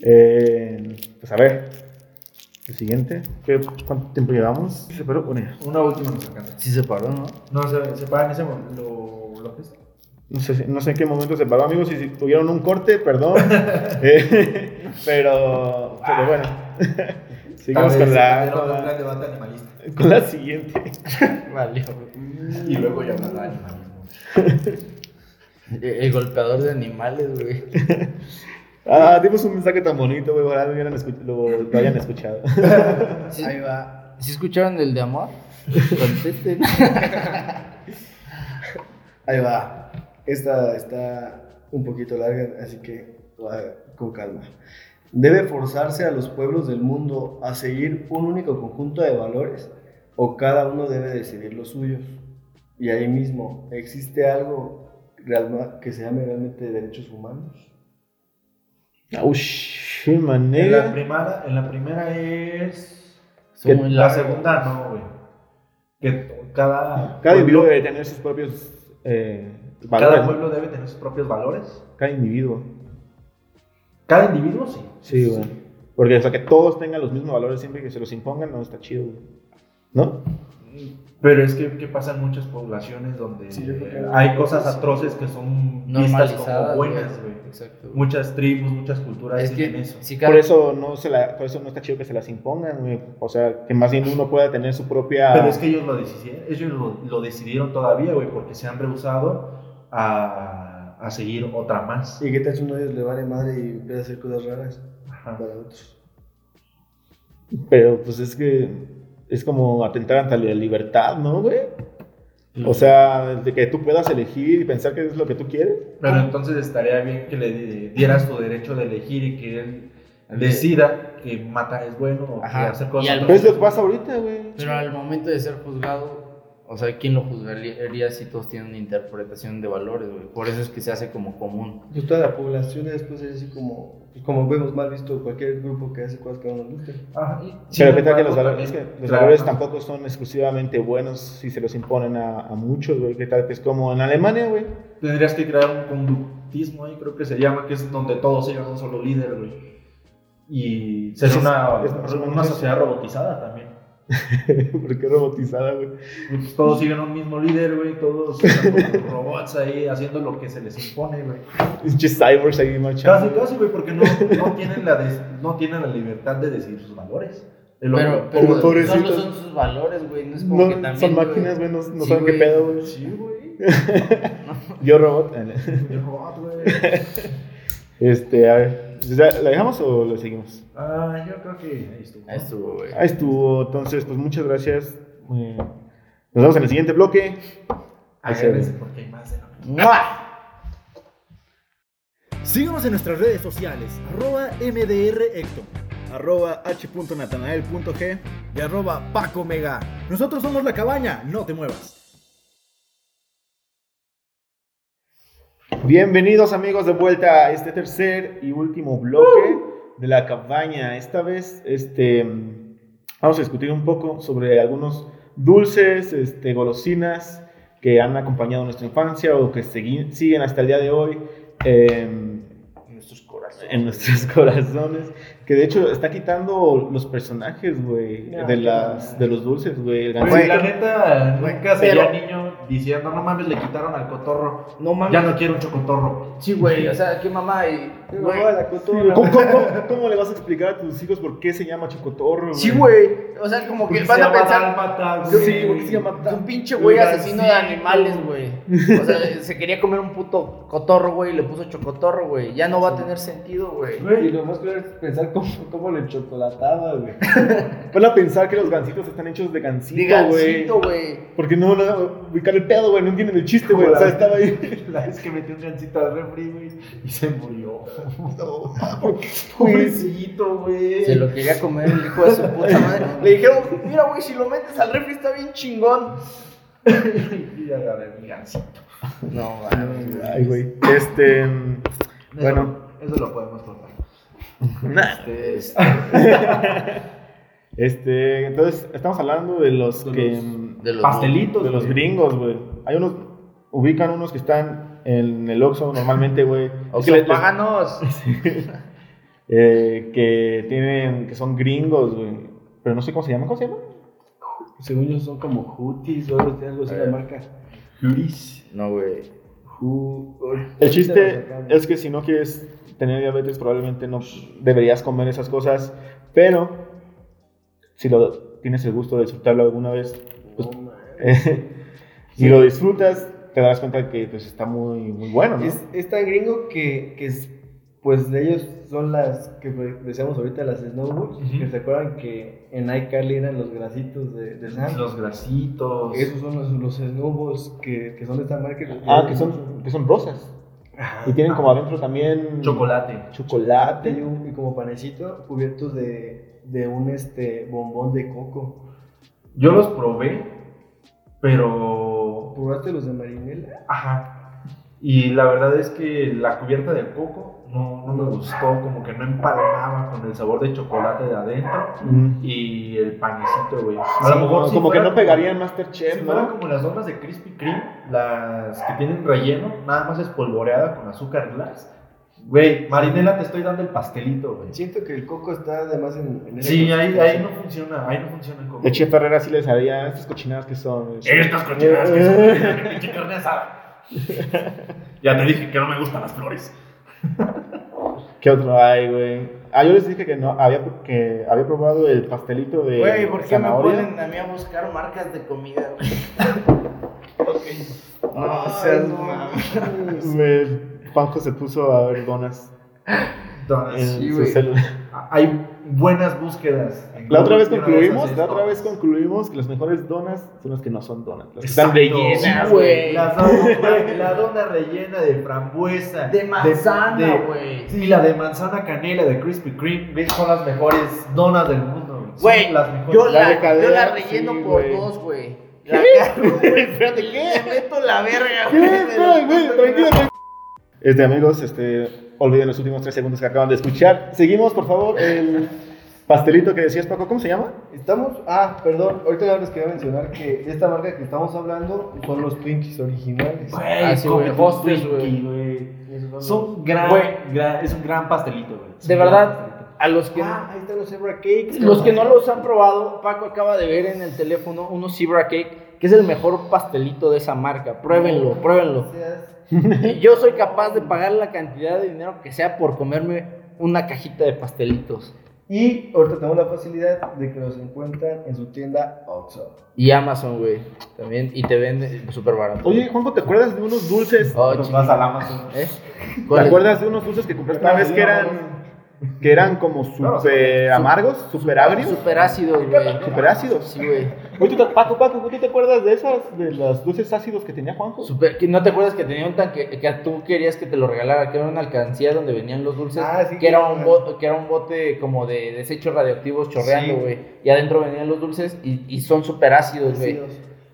Speaker 2: Eh, pues a ver. El siguiente. ¿Qué- ¿Cuánto tiempo llevamos? Sí, pero bueno, ya.
Speaker 1: Una última nos alcanza.
Speaker 4: Sí se paró, ¿no?
Speaker 1: No, se, se para en ese momento. ¿Lo, lo que es?
Speaker 2: No sé, si- no sé en qué momento se paró, amigos. Si, si tuvieron un corte, perdón. Eh, pero, pero bueno. Seguimos
Speaker 1: Tal vez
Speaker 2: con la,
Speaker 1: era
Speaker 2: con,
Speaker 1: un gran
Speaker 2: la,
Speaker 1: debate animalista.
Speaker 2: con la siguiente.
Speaker 5: Vale.
Speaker 1: Y luego ya hablaba de animalismo.
Speaker 5: El, golpeador de animales, güey.
Speaker 2: Ah, dimos un mensaje tan bonito, güey. Ojalá lo, hubieran escu- lo- lo hayan escuchado.
Speaker 5: Sí. Ahí va. ¿Sí escucharon el de amor? Contesten.
Speaker 4: Ahí va. Esta está un poquito larga, así que va con calma. ¿Debe forzarse a los pueblos del mundo a seguir un único conjunto de valores o cada uno debe decidir los suyos? Y ahí mismo, ¿existe algo realma- que se llame realmente derechos humanos?
Speaker 2: Ush,
Speaker 1: En la,
Speaker 2: manera.
Speaker 1: primera, en la primera es.
Speaker 5: Son
Speaker 2: Que
Speaker 5: muy
Speaker 1: La
Speaker 5: largos.
Speaker 1: segunda no, güey. Que cada.
Speaker 2: Cada
Speaker 1: pueblo-
Speaker 2: individuo debe tener sus propios eh, valores.
Speaker 1: cada
Speaker 2: ¿no?
Speaker 1: pueblo debe tener sus propios valores.
Speaker 2: Cada individuo.
Speaker 1: Cada individuo sí.
Speaker 2: Sí, güey. Porque, o sea, que todos tengan los mismos valores siempre que se los impongan, no está chido, güey. ¿No?
Speaker 1: Pero es que, que pasa en muchas poblaciones donde
Speaker 4: Sí, yo creo que
Speaker 1: eh,
Speaker 4: hay
Speaker 1: hay cosas atroces que son vistas como
Speaker 5: Normalizadas.
Speaker 1: buenas, güey.
Speaker 5: Exacto. güey.
Speaker 1: Muchas tribus, muchas culturas
Speaker 5: Es
Speaker 1: tienen
Speaker 5: que
Speaker 1: eso.
Speaker 5: sí,
Speaker 2: Por
Speaker 5: cada-
Speaker 2: eso, no se la, por eso no está chido que se las impongan, güey. O sea, que más bien uno pueda tener su propia...
Speaker 1: Pero es que ellos lo decidieron, ellos lo, lo decidieron todavía, güey, porque se han rehusado a, a seguir otra más.
Speaker 4: ¿Y qué tal si uno de ellos le vale madre y empieza a hacer cosas raras
Speaker 1: Ajá.
Speaker 4: para otros?
Speaker 2: Pero, pues, es que... Es como atentar ante la libertad, ¿no, güey? O sea, de que tú puedas elegir y pensar que es lo que tú quieres.
Speaker 1: Pero entonces estaría bien que le di- dieras tu derecho de elegir y que él decida que matar es bueno o que
Speaker 5: Ajá.
Speaker 1: hacer
Speaker 5: Y
Speaker 1: cosas.
Speaker 5: al-
Speaker 2: Pero es lo que pasa ahorita, güey.
Speaker 5: Pero al momento de ser juzgado, o sea, ¿quién lo juzgaría si todos tienen una interpretación de valores, güey? Por eso es que se hace como común.
Speaker 4: Pues toda la población después es así como, pues como vemos mal visto cualquier grupo que hace cosas que a uno le gusta.
Speaker 1: Ajá, y- sin
Speaker 2: Pero qué tal que
Speaker 1: embargo,
Speaker 2: los valores,
Speaker 1: también-
Speaker 2: que los
Speaker 1: claro,
Speaker 2: valores
Speaker 1: ¿no?
Speaker 2: tampoco son exclusivamente buenos si se los imponen a, a muchos, güey. ¿Qué tal que es como en Alemania, güey?
Speaker 1: Tendrías que crear un conductismo ahí, creo que se llama, que es donde todos sigan un solo líder, güey. Y ser
Speaker 2: Pues Es-
Speaker 1: una,
Speaker 2: es más o menos
Speaker 1: una
Speaker 2: eso.
Speaker 1: sociedad robotizada también.
Speaker 2: Porque robotizada, güey.
Speaker 1: Pues todos siguen un mismo líder, güey. Todos están como robots ahí haciendo lo que se les impone, güey.
Speaker 2: Pinches cyborgs ahí
Speaker 1: Casi,
Speaker 2: marchando.
Speaker 1: casi, güey, porque no, no, tienen la des- no tienen la libertad de decidir sus valores. Es lo
Speaker 5: Pero,
Speaker 1: que-
Speaker 5: pero
Speaker 2: pobrecitos.
Speaker 5: solo son sus valores, güey. No es como
Speaker 2: No,
Speaker 5: que también.
Speaker 2: son
Speaker 5: güey.
Speaker 2: máquinas, güey, no, no
Speaker 5: Sí,
Speaker 2: saben qué
Speaker 5: güey.
Speaker 3: pues,
Speaker 2: pedo, güey.
Speaker 1: Sí, güey.
Speaker 2: Yo robot. eh.
Speaker 1: Yo robot, güey.
Speaker 2: Este, a ver. ¿ya ¿La dejamos o la seguimos?
Speaker 1: Ah, yo creo que ahí estuvo.
Speaker 3: Ahí estuvo, güey.
Speaker 2: Ahí estuvo. Entonces, pues muchas gracias. Eh, nos vemos en el siguiente bloque.
Speaker 1: Agárrense porque hay más de lo que.
Speaker 7: Síguenos en nuestras redes sociales, arroba MDR Héctor, arroba h.natanael.g y arroba Paco Mega. Nosotros somos La Cabaña, no te muevas.
Speaker 2: Bienvenidos amigos de vuelta a este tercer y último bloque de la cabaña. Esta vez este, vamos a discutir un poco sobre algunos dulces, este, golosinas que han acompañado nuestra infancia o que segui- siguen hasta el día de hoy em,
Speaker 3: Nuestros corazones.
Speaker 2: en nuestros corazones. Que de hecho está quitando los personajes, güey,
Speaker 3: Ah,
Speaker 2: de, las- de los dulces, güey. El
Speaker 1: Güey,
Speaker 2: gansito.
Speaker 1: la neta,
Speaker 3: Güey,
Speaker 1: nunca sería
Speaker 3: pero-
Speaker 1: niño diciendo, no mames, le quitaron al cotorro.
Speaker 3: No mames.
Speaker 1: Ya no quiero un chocotorro.
Speaker 3: Sí, güey. O sea, qué mamá. Y, güey.
Speaker 2: ¿Cómo, cómo- cómo- cómo le vas a explicar a tus hijos por qué se llama Chocotorro?
Speaker 3: Sí, güey. O sea, como
Speaker 1: Pues
Speaker 3: que van a pensar.
Speaker 2: Sí, güey, que se llama
Speaker 3: Un pinche güey asesino de animales, güey. O sea, se quería comer un puto cotorro, güey, y le puso chocotorro, güey. Ya no va a tener sentido, güey.
Speaker 4: Y lo más claro es pensar cómo, cómo le chocolataba, güey.
Speaker 2: Van a pensar que los gansitos están hechos de
Speaker 3: De
Speaker 2: gansito, güey.
Speaker 3: gancito, güey.
Speaker 2: Porque no van a ubicar el pedo, güey. No entienden el chiste, güey. O sea, estaba ahí.
Speaker 1: La vez que metí un gancito al refri, güey, y se murió. Pobrecito, güey.
Speaker 3: Se lo quería comer el hijo de su puta madre. Le dijeron, mira, güey, si lo metes al refri está bien chingón.
Speaker 1: Y ya agarré mi gancito.
Speaker 3: No, mames.
Speaker 2: Ay, güey. Este. mm,
Speaker 1: Eso-
Speaker 2: Bueno.
Speaker 1: Eso lo podemos contar. Este, es-
Speaker 2: Este. Entonces, estamos hablando de los
Speaker 1: De
Speaker 2: que.
Speaker 1: los-
Speaker 2: mm,
Speaker 3: De los
Speaker 1: Pastelitos.
Speaker 2: de los
Speaker 1: güey.
Speaker 2: gringos, güey. Hay unos. Ubican unos que están en el Oxxo normalmente, güey.
Speaker 3: O
Speaker 2: Es que les- les-
Speaker 3: páganos.
Speaker 2: eh, que tienen. Que son gringos, güey. Pero no sé cómo se llaman. ¿Cómo se llaman?
Speaker 4: Según yo son como Hutis o algo algo así la marca.
Speaker 1: Luis.
Speaker 3: No, güey.
Speaker 4: Ju- ay,
Speaker 2: El
Speaker 4: ahorita lo
Speaker 2: chiste
Speaker 4: sacamos.
Speaker 2: es que si no quieres tener diabetes, probablemente no deberías comer esas cosas, pero si lo tienes el gusto de disfrutarlo alguna vez, pues, si lo disfrutas, te darás cuenta que pues, está muy, muy bueno, ¿no?
Speaker 4: Es, es tan gringo que, que es- pues de ellos son las que pre- decíamos ahorita, las Snowballs,
Speaker 1: Ujú.
Speaker 4: que se acuerdan que en iCarly eran los grasitos de, de Sam.
Speaker 1: Eh, Los grasitos.
Speaker 4: Esos son los, los Snowballs que, que son de esta marca.
Speaker 2: Ah, que son, que son rosas. Y tienen como adentro también
Speaker 1: Chocolate.
Speaker 2: chocolate.
Speaker 4: Y, un- y como panecito cubiertos de, de un este bombón de coco.
Speaker 1: Yo los probé, pero.
Speaker 4: ¿Probaste los de marinela?
Speaker 1: Ajá. Y la verdad es que la cubierta del coco no, no me gustó, como que no empalmaba con el sabor de chocolate de adentro
Speaker 2: Mm.
Speaker 1: y el panecito, güey. A
Speaker 2: Sí,
Speaker 1: lo mejor si
Speaker 2: como
Speaker 1: fuera
Speaker 2: que no pegaría en Masterchef,
Speaker 1: Si fueran
Speaker 2: ¿no?
Speaker 1: como las donas de Krispy Kreme, las que tienen relleno, nada más espolvoreada con azúcar glass. Güey, Marinela, te estoy dando el pastelito, güey. Sí,
Speaker 4: Siento que el coco está además en, en esa
Speaker 1: ahí,
Speaker 4: consistencia.
Speaker 1: ahí no funciona, ahí no funciona el coco.
Speaker 2: El chef Herrera sí les haría estas cochinadas que son. este,
Speaker 8: Estas cochinadas que son de pinche carne asada. Ya te dije que no me gustan las flores.
Speaker 2: ¿Qué otro hay, güey? Ah, yo les dije que no, había, que había probado el pastelito de
Speaker 3: Güey, ¿por qué
Speaker 2: zanahoria.
Speaker 3: me ponen a mí a buscar marcas de comida, güey?
Speaker 4: No,
Speaker 3: Ay,
Speaker 4: Ah, seas
Speaker 3: no.
Speaker 4: mames.
Speaker 2: Güey, Juanjo se puso a ver donas
Speaker 1: Donas.
Speaker 2: en
Speaker 3: sí,
Speaker 2: su
Speaker 3: güey.
Speaker 2: celular.
Speaker 1: Hay buenas búsquedas. en
Speaker 2: La otra vez
Speaker 1: Google, y una de
Speaker 2: concluimos,
Speaker 1: esas
Speaker 2: la
Speaker 1: es
Speaker 2: otra vez
Speaker 1: donas.
Speaker 2: concluimos que las mejores donas son las que no son donas. Las que están rellenas.
Speaker 3: Sí, güey.
Speaker 1: La dona, la dona rellena de frambuesa.
Speaker 3: De manzana,
Speaker 1: de-
Speaker 3: güey.
Speaker 1: Sí, la de manzana canela de Krispy Kreme. güey, Son las mejores donas del mundo, güey. Son
Speaker 3: Güey,
Speaker 1: las mejores.
Speaker 3: Yo
Speaker 2: La
Speaker 3: la,
Speaker 2: de
Speaker 3: yo
Speaker 2: cadera,
Speaker 3: la relleno
Speaker 2: sí,
Speaker 3: por
Speaker 2: güey.
Speaker 3: dos, güey. La agarro, güey.
Speaker 2: Espérate,
Speaker 3: y
Speaker 2: ¿qué?
Speaker 3: Le meto la verga,
Speaker 2: ¿Qué?
Speaker 3: güey.
Speaker 2: Espera, güey, tranquilo, tranquilo. Este, amigos, este, olviden los últimos tres segundos que acaban de escuchar. Seguimos, por favor, el pastelito que decías, Paco, ¿cómo se llama?
Speaker 4: Estamos, ah, perdón, ahorita ya les quería mencionar que de esta marca que estamos hablando son los Twinkies originales.
Speaker 1: Güey,
Speaker 3: Ah, sí,
Speaker 1: come
Speaker 3: güey,
Speaker 1: tu
Speaker 3: postres,
Speaker 1: Twinkie, güey. Son gran,
Speaker 3: Güey.
Speaker 1: gran- es un gran pastelito, güey. Es
Speaker 3: De
Speaker 1: un gran
Speaker 3: verdad,
Speaker 1: pastelito.
Speaker 3: A los que
Speaker 4: Ah, ahí están los Zebra Cakes.
Speaker 3: Los que no los han probado, Paco acaba de ver en el teléfono unos Zebra Cake, que es el mejor pastelito de esa marca. Pruébenlo, pruébenlo. Y Yo soy capaz de pagar la cantidad de dinero que sea por comerme una cajita de pastelitos.
Speaker 4: Y ahorita tenemos la facilidad de que los encuentran en su tienda Oxxo.
Speaker 3: Y Amazon, güey. También. Y te venden súper barato.
Speaker 2: Oye, Juanjo, ¿te acuerdas de unos dulces?
Speaker 3: Oh,
Speaker 2: Los
Speaker 3: ching-
Speaker 2: vas al Amazon.
Speaker 3: ¿Eh?
Speaker 2: ¿Te
Speaker 3: ¿Cuál es?
Speaker 2: acuerdas de unos dulces que compraste una vez que eran, que eran como super amargos, super agrios?
Speaker 3: Súper ácido, güey.
Speaker 2: Super ácidos.
Speaker 3: Sí, güey.
Speaker 2: Oye, tú te- Paco, Paco, ¿tú te acuerdas de esas, de los dulces ácidos que tenía Juanjo?
Speaker 3: Súper- que ¿No te acuerdas que tenía un tanque que tú querías que te lo regalara? Que era una alcancía donde venían los dulces.
Speaker 4: Ah, sí,
Speaker 3: que, era
Speaker 4: claro.
Speaker 3: un bo- que era un bote como de desechos radioactivos chorreando,
Speaker 4: Sí.
Speaker 3: güey. Y adentro venían los dulces y, y son súper ácidos, güey.
Speaker 4: Ácidos.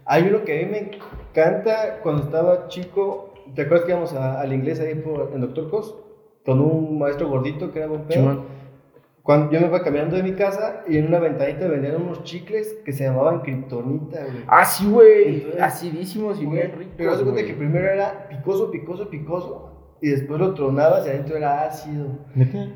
Speaker 4: Hay uno que a mí me encanta cuando estaba chico. ¿Te acuerdas que íbamos a- al inglés ahí por, en Doctor Cos? Con un maestro gordito que era buen pedo.
Speaker 3: Simón.
Speaker 4: Cuando yo me iba caminando de mi casa y en una ventanita vendían unos chicles que se llamaban Kryptonita, güey.
Speaker 3: Ah, sí, güey.
Speaker 4: Entonces,
Speaker 3: Acidísimos y
Speaker 4: Güey,
Speaker 3: bien ricos.
Speaker 4: Pero haz de cuenta
Speaker 3: güey.
Speaker 4: que primero era picoso, picoso, picoso. Y después lo tronabas y adentro era ácido.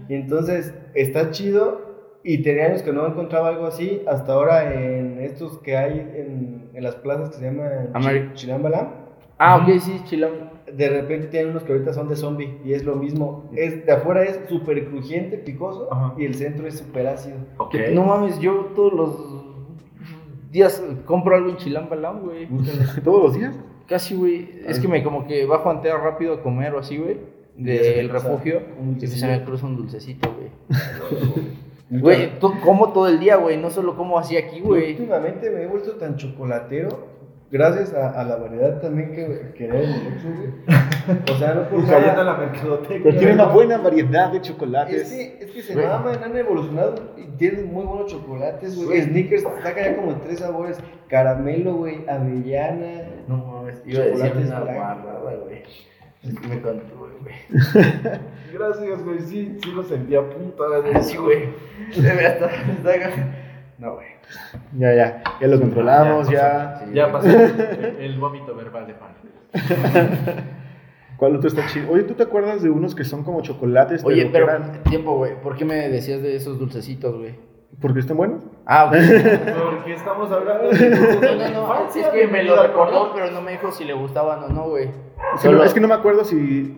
Speaker 4: Y entonces está chido. Y tenía años que no encontraba algo así. Hasta ahora en estos que hay en, en las plazas que se llaman
Speaker 3: Ameri-
Speaker 4: Chi- Chilámbala.
Speaker 3: Ah, ok, sí, chilón.
Speaker 4: De repente tienen unos que ahorita son de zombie. Y es lo mismo. Es, de afuera es súper crujiente, picoso.
Speaker 1: Ajá.
Speaker 4: Y el centro es súper ácido.
Speaker 1: Ok.
Speaker 3: No mames, yo todos los días compro algo en Chilambalán, güey.
Speaker 2: ¿Todos los días?
Speaker 3: Casi, güey. Es que me como que bajo ante rápido a comer o así, güey.
Speaker 4: Ya se te
Speaker 3: Del
Speaker 4: cruza
Speaker 3: refugio.
Speaker 4: un
Speaker 3: Y se
Speaker 4: dulcecillo.
Speaker 3: me cruza un dulcecito, güey. Güey, to- como todo el día, güey. No solo como así aquí, güey.
Speaker 4: Últimamente me he vuelto tan chocolatero. Gracias a, a la variedad también que, que da el Oxxo, güey. O sea, no por nada.
Speaker 9: Cayendo en la mercadotecnia.
Speaker 2: Pero tiene una buena variedad de chocolates.
Speaker 4: Es que, es que se
Speaker 3: Güey.
Speaker 4: maman, han evolucionado y tienen muy buenos chocolates, güey. Snickers saca ya como tres sabores: caramelo, güey, avellana.
Speaker 3: No mames, iba a decir
Speaker 4: Chocolates
Speaker 3: una
Speaker 4: blancos.
Speaker 3: guarrada, güey. Me contuve, güey.
Speaker 9: Gracias, güey. Sí, sí lo sentía puta. güey.
Speaker 3: Ah, Sí, güey. Se me hasta. hasta- No, güey.
Speaker 2: Ya, ya, ya lo controlamos, ya.
Speaker 3: Sí,
Speaker 1: Ya
Speaker 3: güey.
Speaker 1: pasó el, el vómito verbal de Juan.
Speaker 2: ¿Cuál otro está chido? Oye, ¿tú te acuerdas de unos que son como chocolates?
Speaker 3: Oye,
Speaker 2: que
Speaker 3: pero
Speaker 2: eran-
Speaker 3: tiempo, güey. ¿Por qué me decías de esos dulcecitos, güey?
Speaker 2: ¿Porque están buenos?
Speaker 3: Ah, ok.
Speaker 9: Porque estamos hablando de dulces de
Speaker 3: No, no,
Speaker 9: la
Speaker 3: no.
Speaker 9: infancia,
Speaker 3: Es que me
Speaker 9: bienvenido
Speaker 3: lo
Speaker 9: al
Speaker 3: recordó,
Speaker 9: programa.
Speaker 3: pero no me dijo si le gustaban o no, güey.
Speaker 2: Es que, no,
Speaker 3: Solo-
Speaker 2: es que no me acuerdo si.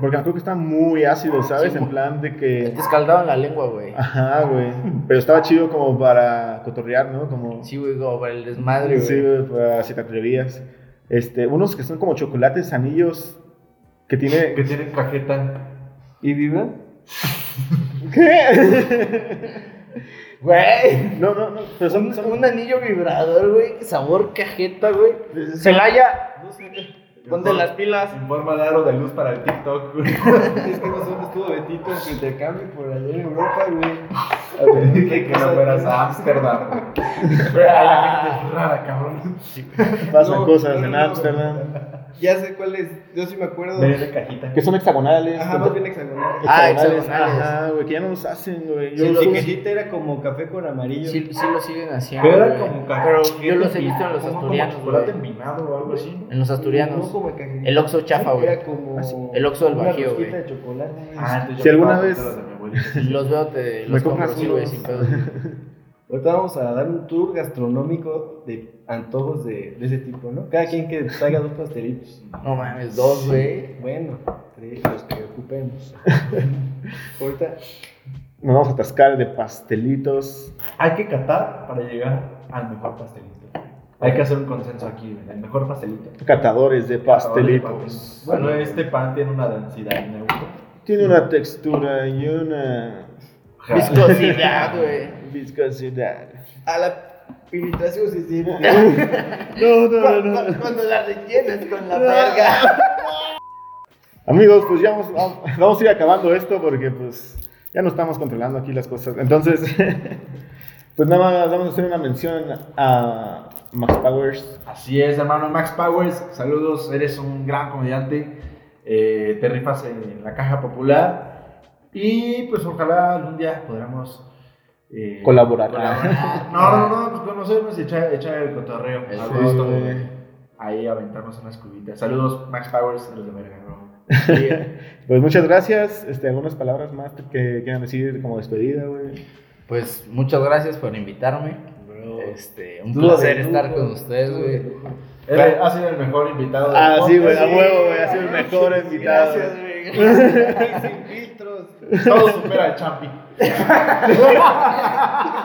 Speaker 2: Porque creo que están muy ácidos, ¿sabes?
Speaker 3: Sí,
Speaker 2: en
Speaker 3: muy- este
Speaker 2: plan de que.
Speaker 3: Te escaldaban Eh, la lengua, güey.
Speaker 2: Ajá, güey. Pero estaba chido como para cotorrear, ¿no? Como.
Speaker 3: Sí, güey, como para el desmadre, güey.
Speaker 2: Sí, güey, para si te atrevías. Este, unos que son como chocolates, anillos. Que tiene.
Speaker 1: Que tienen cajeta.
Speaker 4: ¿Y vibran?
Speaker 2: ¿Qué?
Speaker 3: Güey.
Speaker 2: No, no, no. Pero son,
Speaker 3: Un,
Speaker 2: son-
Speaker 3: un anillo vibrador, güey. Sabor cajeta, güey.
Speaker 2: es-
Speaker 3: Celaya. Ponte las pilas.
Speaker 1: En forma de aro de luz para el TikTok, güey.
Speaker 4: Es que nosotros estuvo Betito en su intercambio por allá en Europa,
Speaker 1: Te
Speaker 4: güey.
Speaker 1: Dije que no fueras a Ámsterdam, güey. Rara, cabrón.
Speaker 2: pasan
Speaker 4: No,
Speaker 2: cosas
Speaker 4: no,
Speaker 2: en
Speaker 4: no,
Speaker 2: Ámsterdam.
Speaker 4: Ya sé cuál es, yo sí me acuerdo.
Speaker 1: Ve de cajita.
Speaker 2: Que son hexagonales.
Speaker 4: Ajá, más bien hexagonal.
Speaker 3: Ah, hexagonales.
Speaker 2: Ajá, güey, que ya no los hacen, güey. Yo
Speaker 3: Sí,
Speaker 4: El
Speaker 3: los-
Speaker 2: los-
Speaker 4: etiquetita era como café con amarillo.
Speaker 3: Sí, sí lo siguen haciendo.
Speaker 1: Pero era
Speaker 3: güey.
Speaker 1: como cajeta.
Speaker 3: Pero yo los he visto en los
Speaker 1: como- como
Speaker 3: asturianos,
Speaker 1: chocolate
Speaker 3: güey.
Speaker 1: minado o algo así.
Speaker 2: Mm.
Speaker 3: En los
Speaker 4: No,
Speaker 3: asturianos.
Speaker 4: como el cajete.
Speaker 3: El Oxxo chafa,
Speaker 4: Sí,
Speaker 3: güey.
Speaker 4: Era como.
Speaker 3: Así, el Oxxo del
Speaker 4: una
Speaker 3: Bajío,
Speaker 4: rosquita
Speaker 3: güey. Ah,
Speaker 4: de chocolate.
Speaker 1: Ah,
Speaker 2: Si alguna vez-
Speaker 3: Los veo, te los
Speaker 2: Me compras
Speaker 3: compro, sí, güey,
Speaker 2: unos.
Speaker 3: sin pedos.
Speaker 4: Ahorita vamos a dar un tour gastronómico de antojos de, de ese tipo, ¿no? Cada quien que traiga dos pastelitos.
Speaker 3: No mames, dos, güey.
Speaker 4: Bueno, tres, los que ocupemos. Ahorita.
Speaker 2: Nos vamos a atascar de pastelitos.
Speaker 1: Hay que catar para llegar al mejor pastelito. Hay que hacer un consenso aquí, güey. El mejor pastelito.
Speaker 2: Catadores de pastelitos.
Speaker 1: Bueno, este pan tiene una densidad neutra.
Speaker 2: Tiene una textura y una
Speaker 3: Viscosidad, güey.
Speaker 2: viscosidad.
Speaker 4: A la invitación, sí, sí.
Speaker 2: No, no, no, no.
Speaker 3: Cuando la rellenas con la verga.
Speaker 2: Amigos, pues ya vamos, vamos- vamos a ir acabando esto porque pues ya no estamos controlando aquí las cosas. Entonces, pues nada más vamos a hacer una mención a Max Powers.
Speaker 9: Así es, hermano Max Powers. Saludos, eres un gran comediante. eh, te rifas en la caja popular. Y pues ojalá algún día podamos eh,
Speaker 2: Colaborar.
Speaker 9: No, no, no, pues conocernos y echar, echar el cotorreo.
Speaker 3: Eso
Speaker 9: A
Speaker 3: es,
Speaker 9: gusto,
Speaker 2: güey.
Speaker 9: güey. Ahí aventarnos unas cubitas. Saludos, Max Powers, los de verga, bro.
Speaker 2: Pues muchas gracias. Este, algunas palabras más que quieran decir como despedida, güey.
Speaker 3: Pues muchas gracias por invitarme. Este, un
Speaker 4: Estuvo
Speaker 3: placer
Speaker 4: de lujo,
Speaker 3: estar con ustedes,
Speaker 4: estuvo
Speaker 3: güey.
Speaker 4: de lujo.
Speaker 9: Eres- Eh, Ha sido el mejor invitado. del
Speaker 2: Ah, sí, güey, a
Speaker 9: podcast.
Speaker 2: huevo, güey, ha sido el mejor invitado.
Speaker 4: Gracias, güey. Sin filtros.
Speaker 9: Todo supera al champi.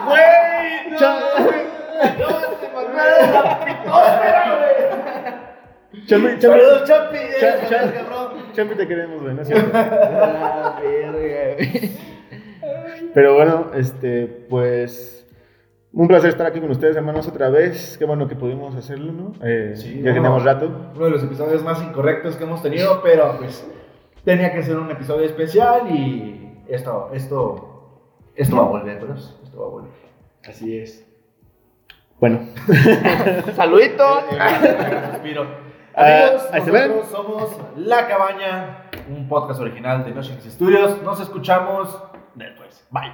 Speaker 3: ¡Güey! ¡No!
Speaker 2: Champi, champi,
Speaker 3: Saludos, Chapi.
Speaker 2: Cha- cha-
Speaker 3: cabrón.
Speaker 2: champi, te queremos, güey, ¿no es cierto?
Speaker 3: La verga, güey.
Speaker 2: Pero bueno, este, pues. Un placer estar aquí con ustedes, hermanos, otra vez. Qué bueno que pudimos hacerlo, ¿no? Eh,
Speaker 1: Sí,
Speaker 2: ya
Speaker 1: bueno.
Speaker 2: tenemos rato.
Speaker 1: Uno de los episodios más incorrectos que hemos tenido, pero pues tenía que ser un episodio especial y esto, esto, esto va a volver, bros. Esto va a volver.
Speaker 2: Así es. Bueno,
Speaker 3: Saluditos.
Speaker 1: Respiro.
Speaker 2: Ah,
Speaker 1: Amigos,
Speaker 2: ahí se ven.
Speaker 1: nosotros somos La Cabaña, un podcast original de Notions Studios. Nos escuchamos después. Bye.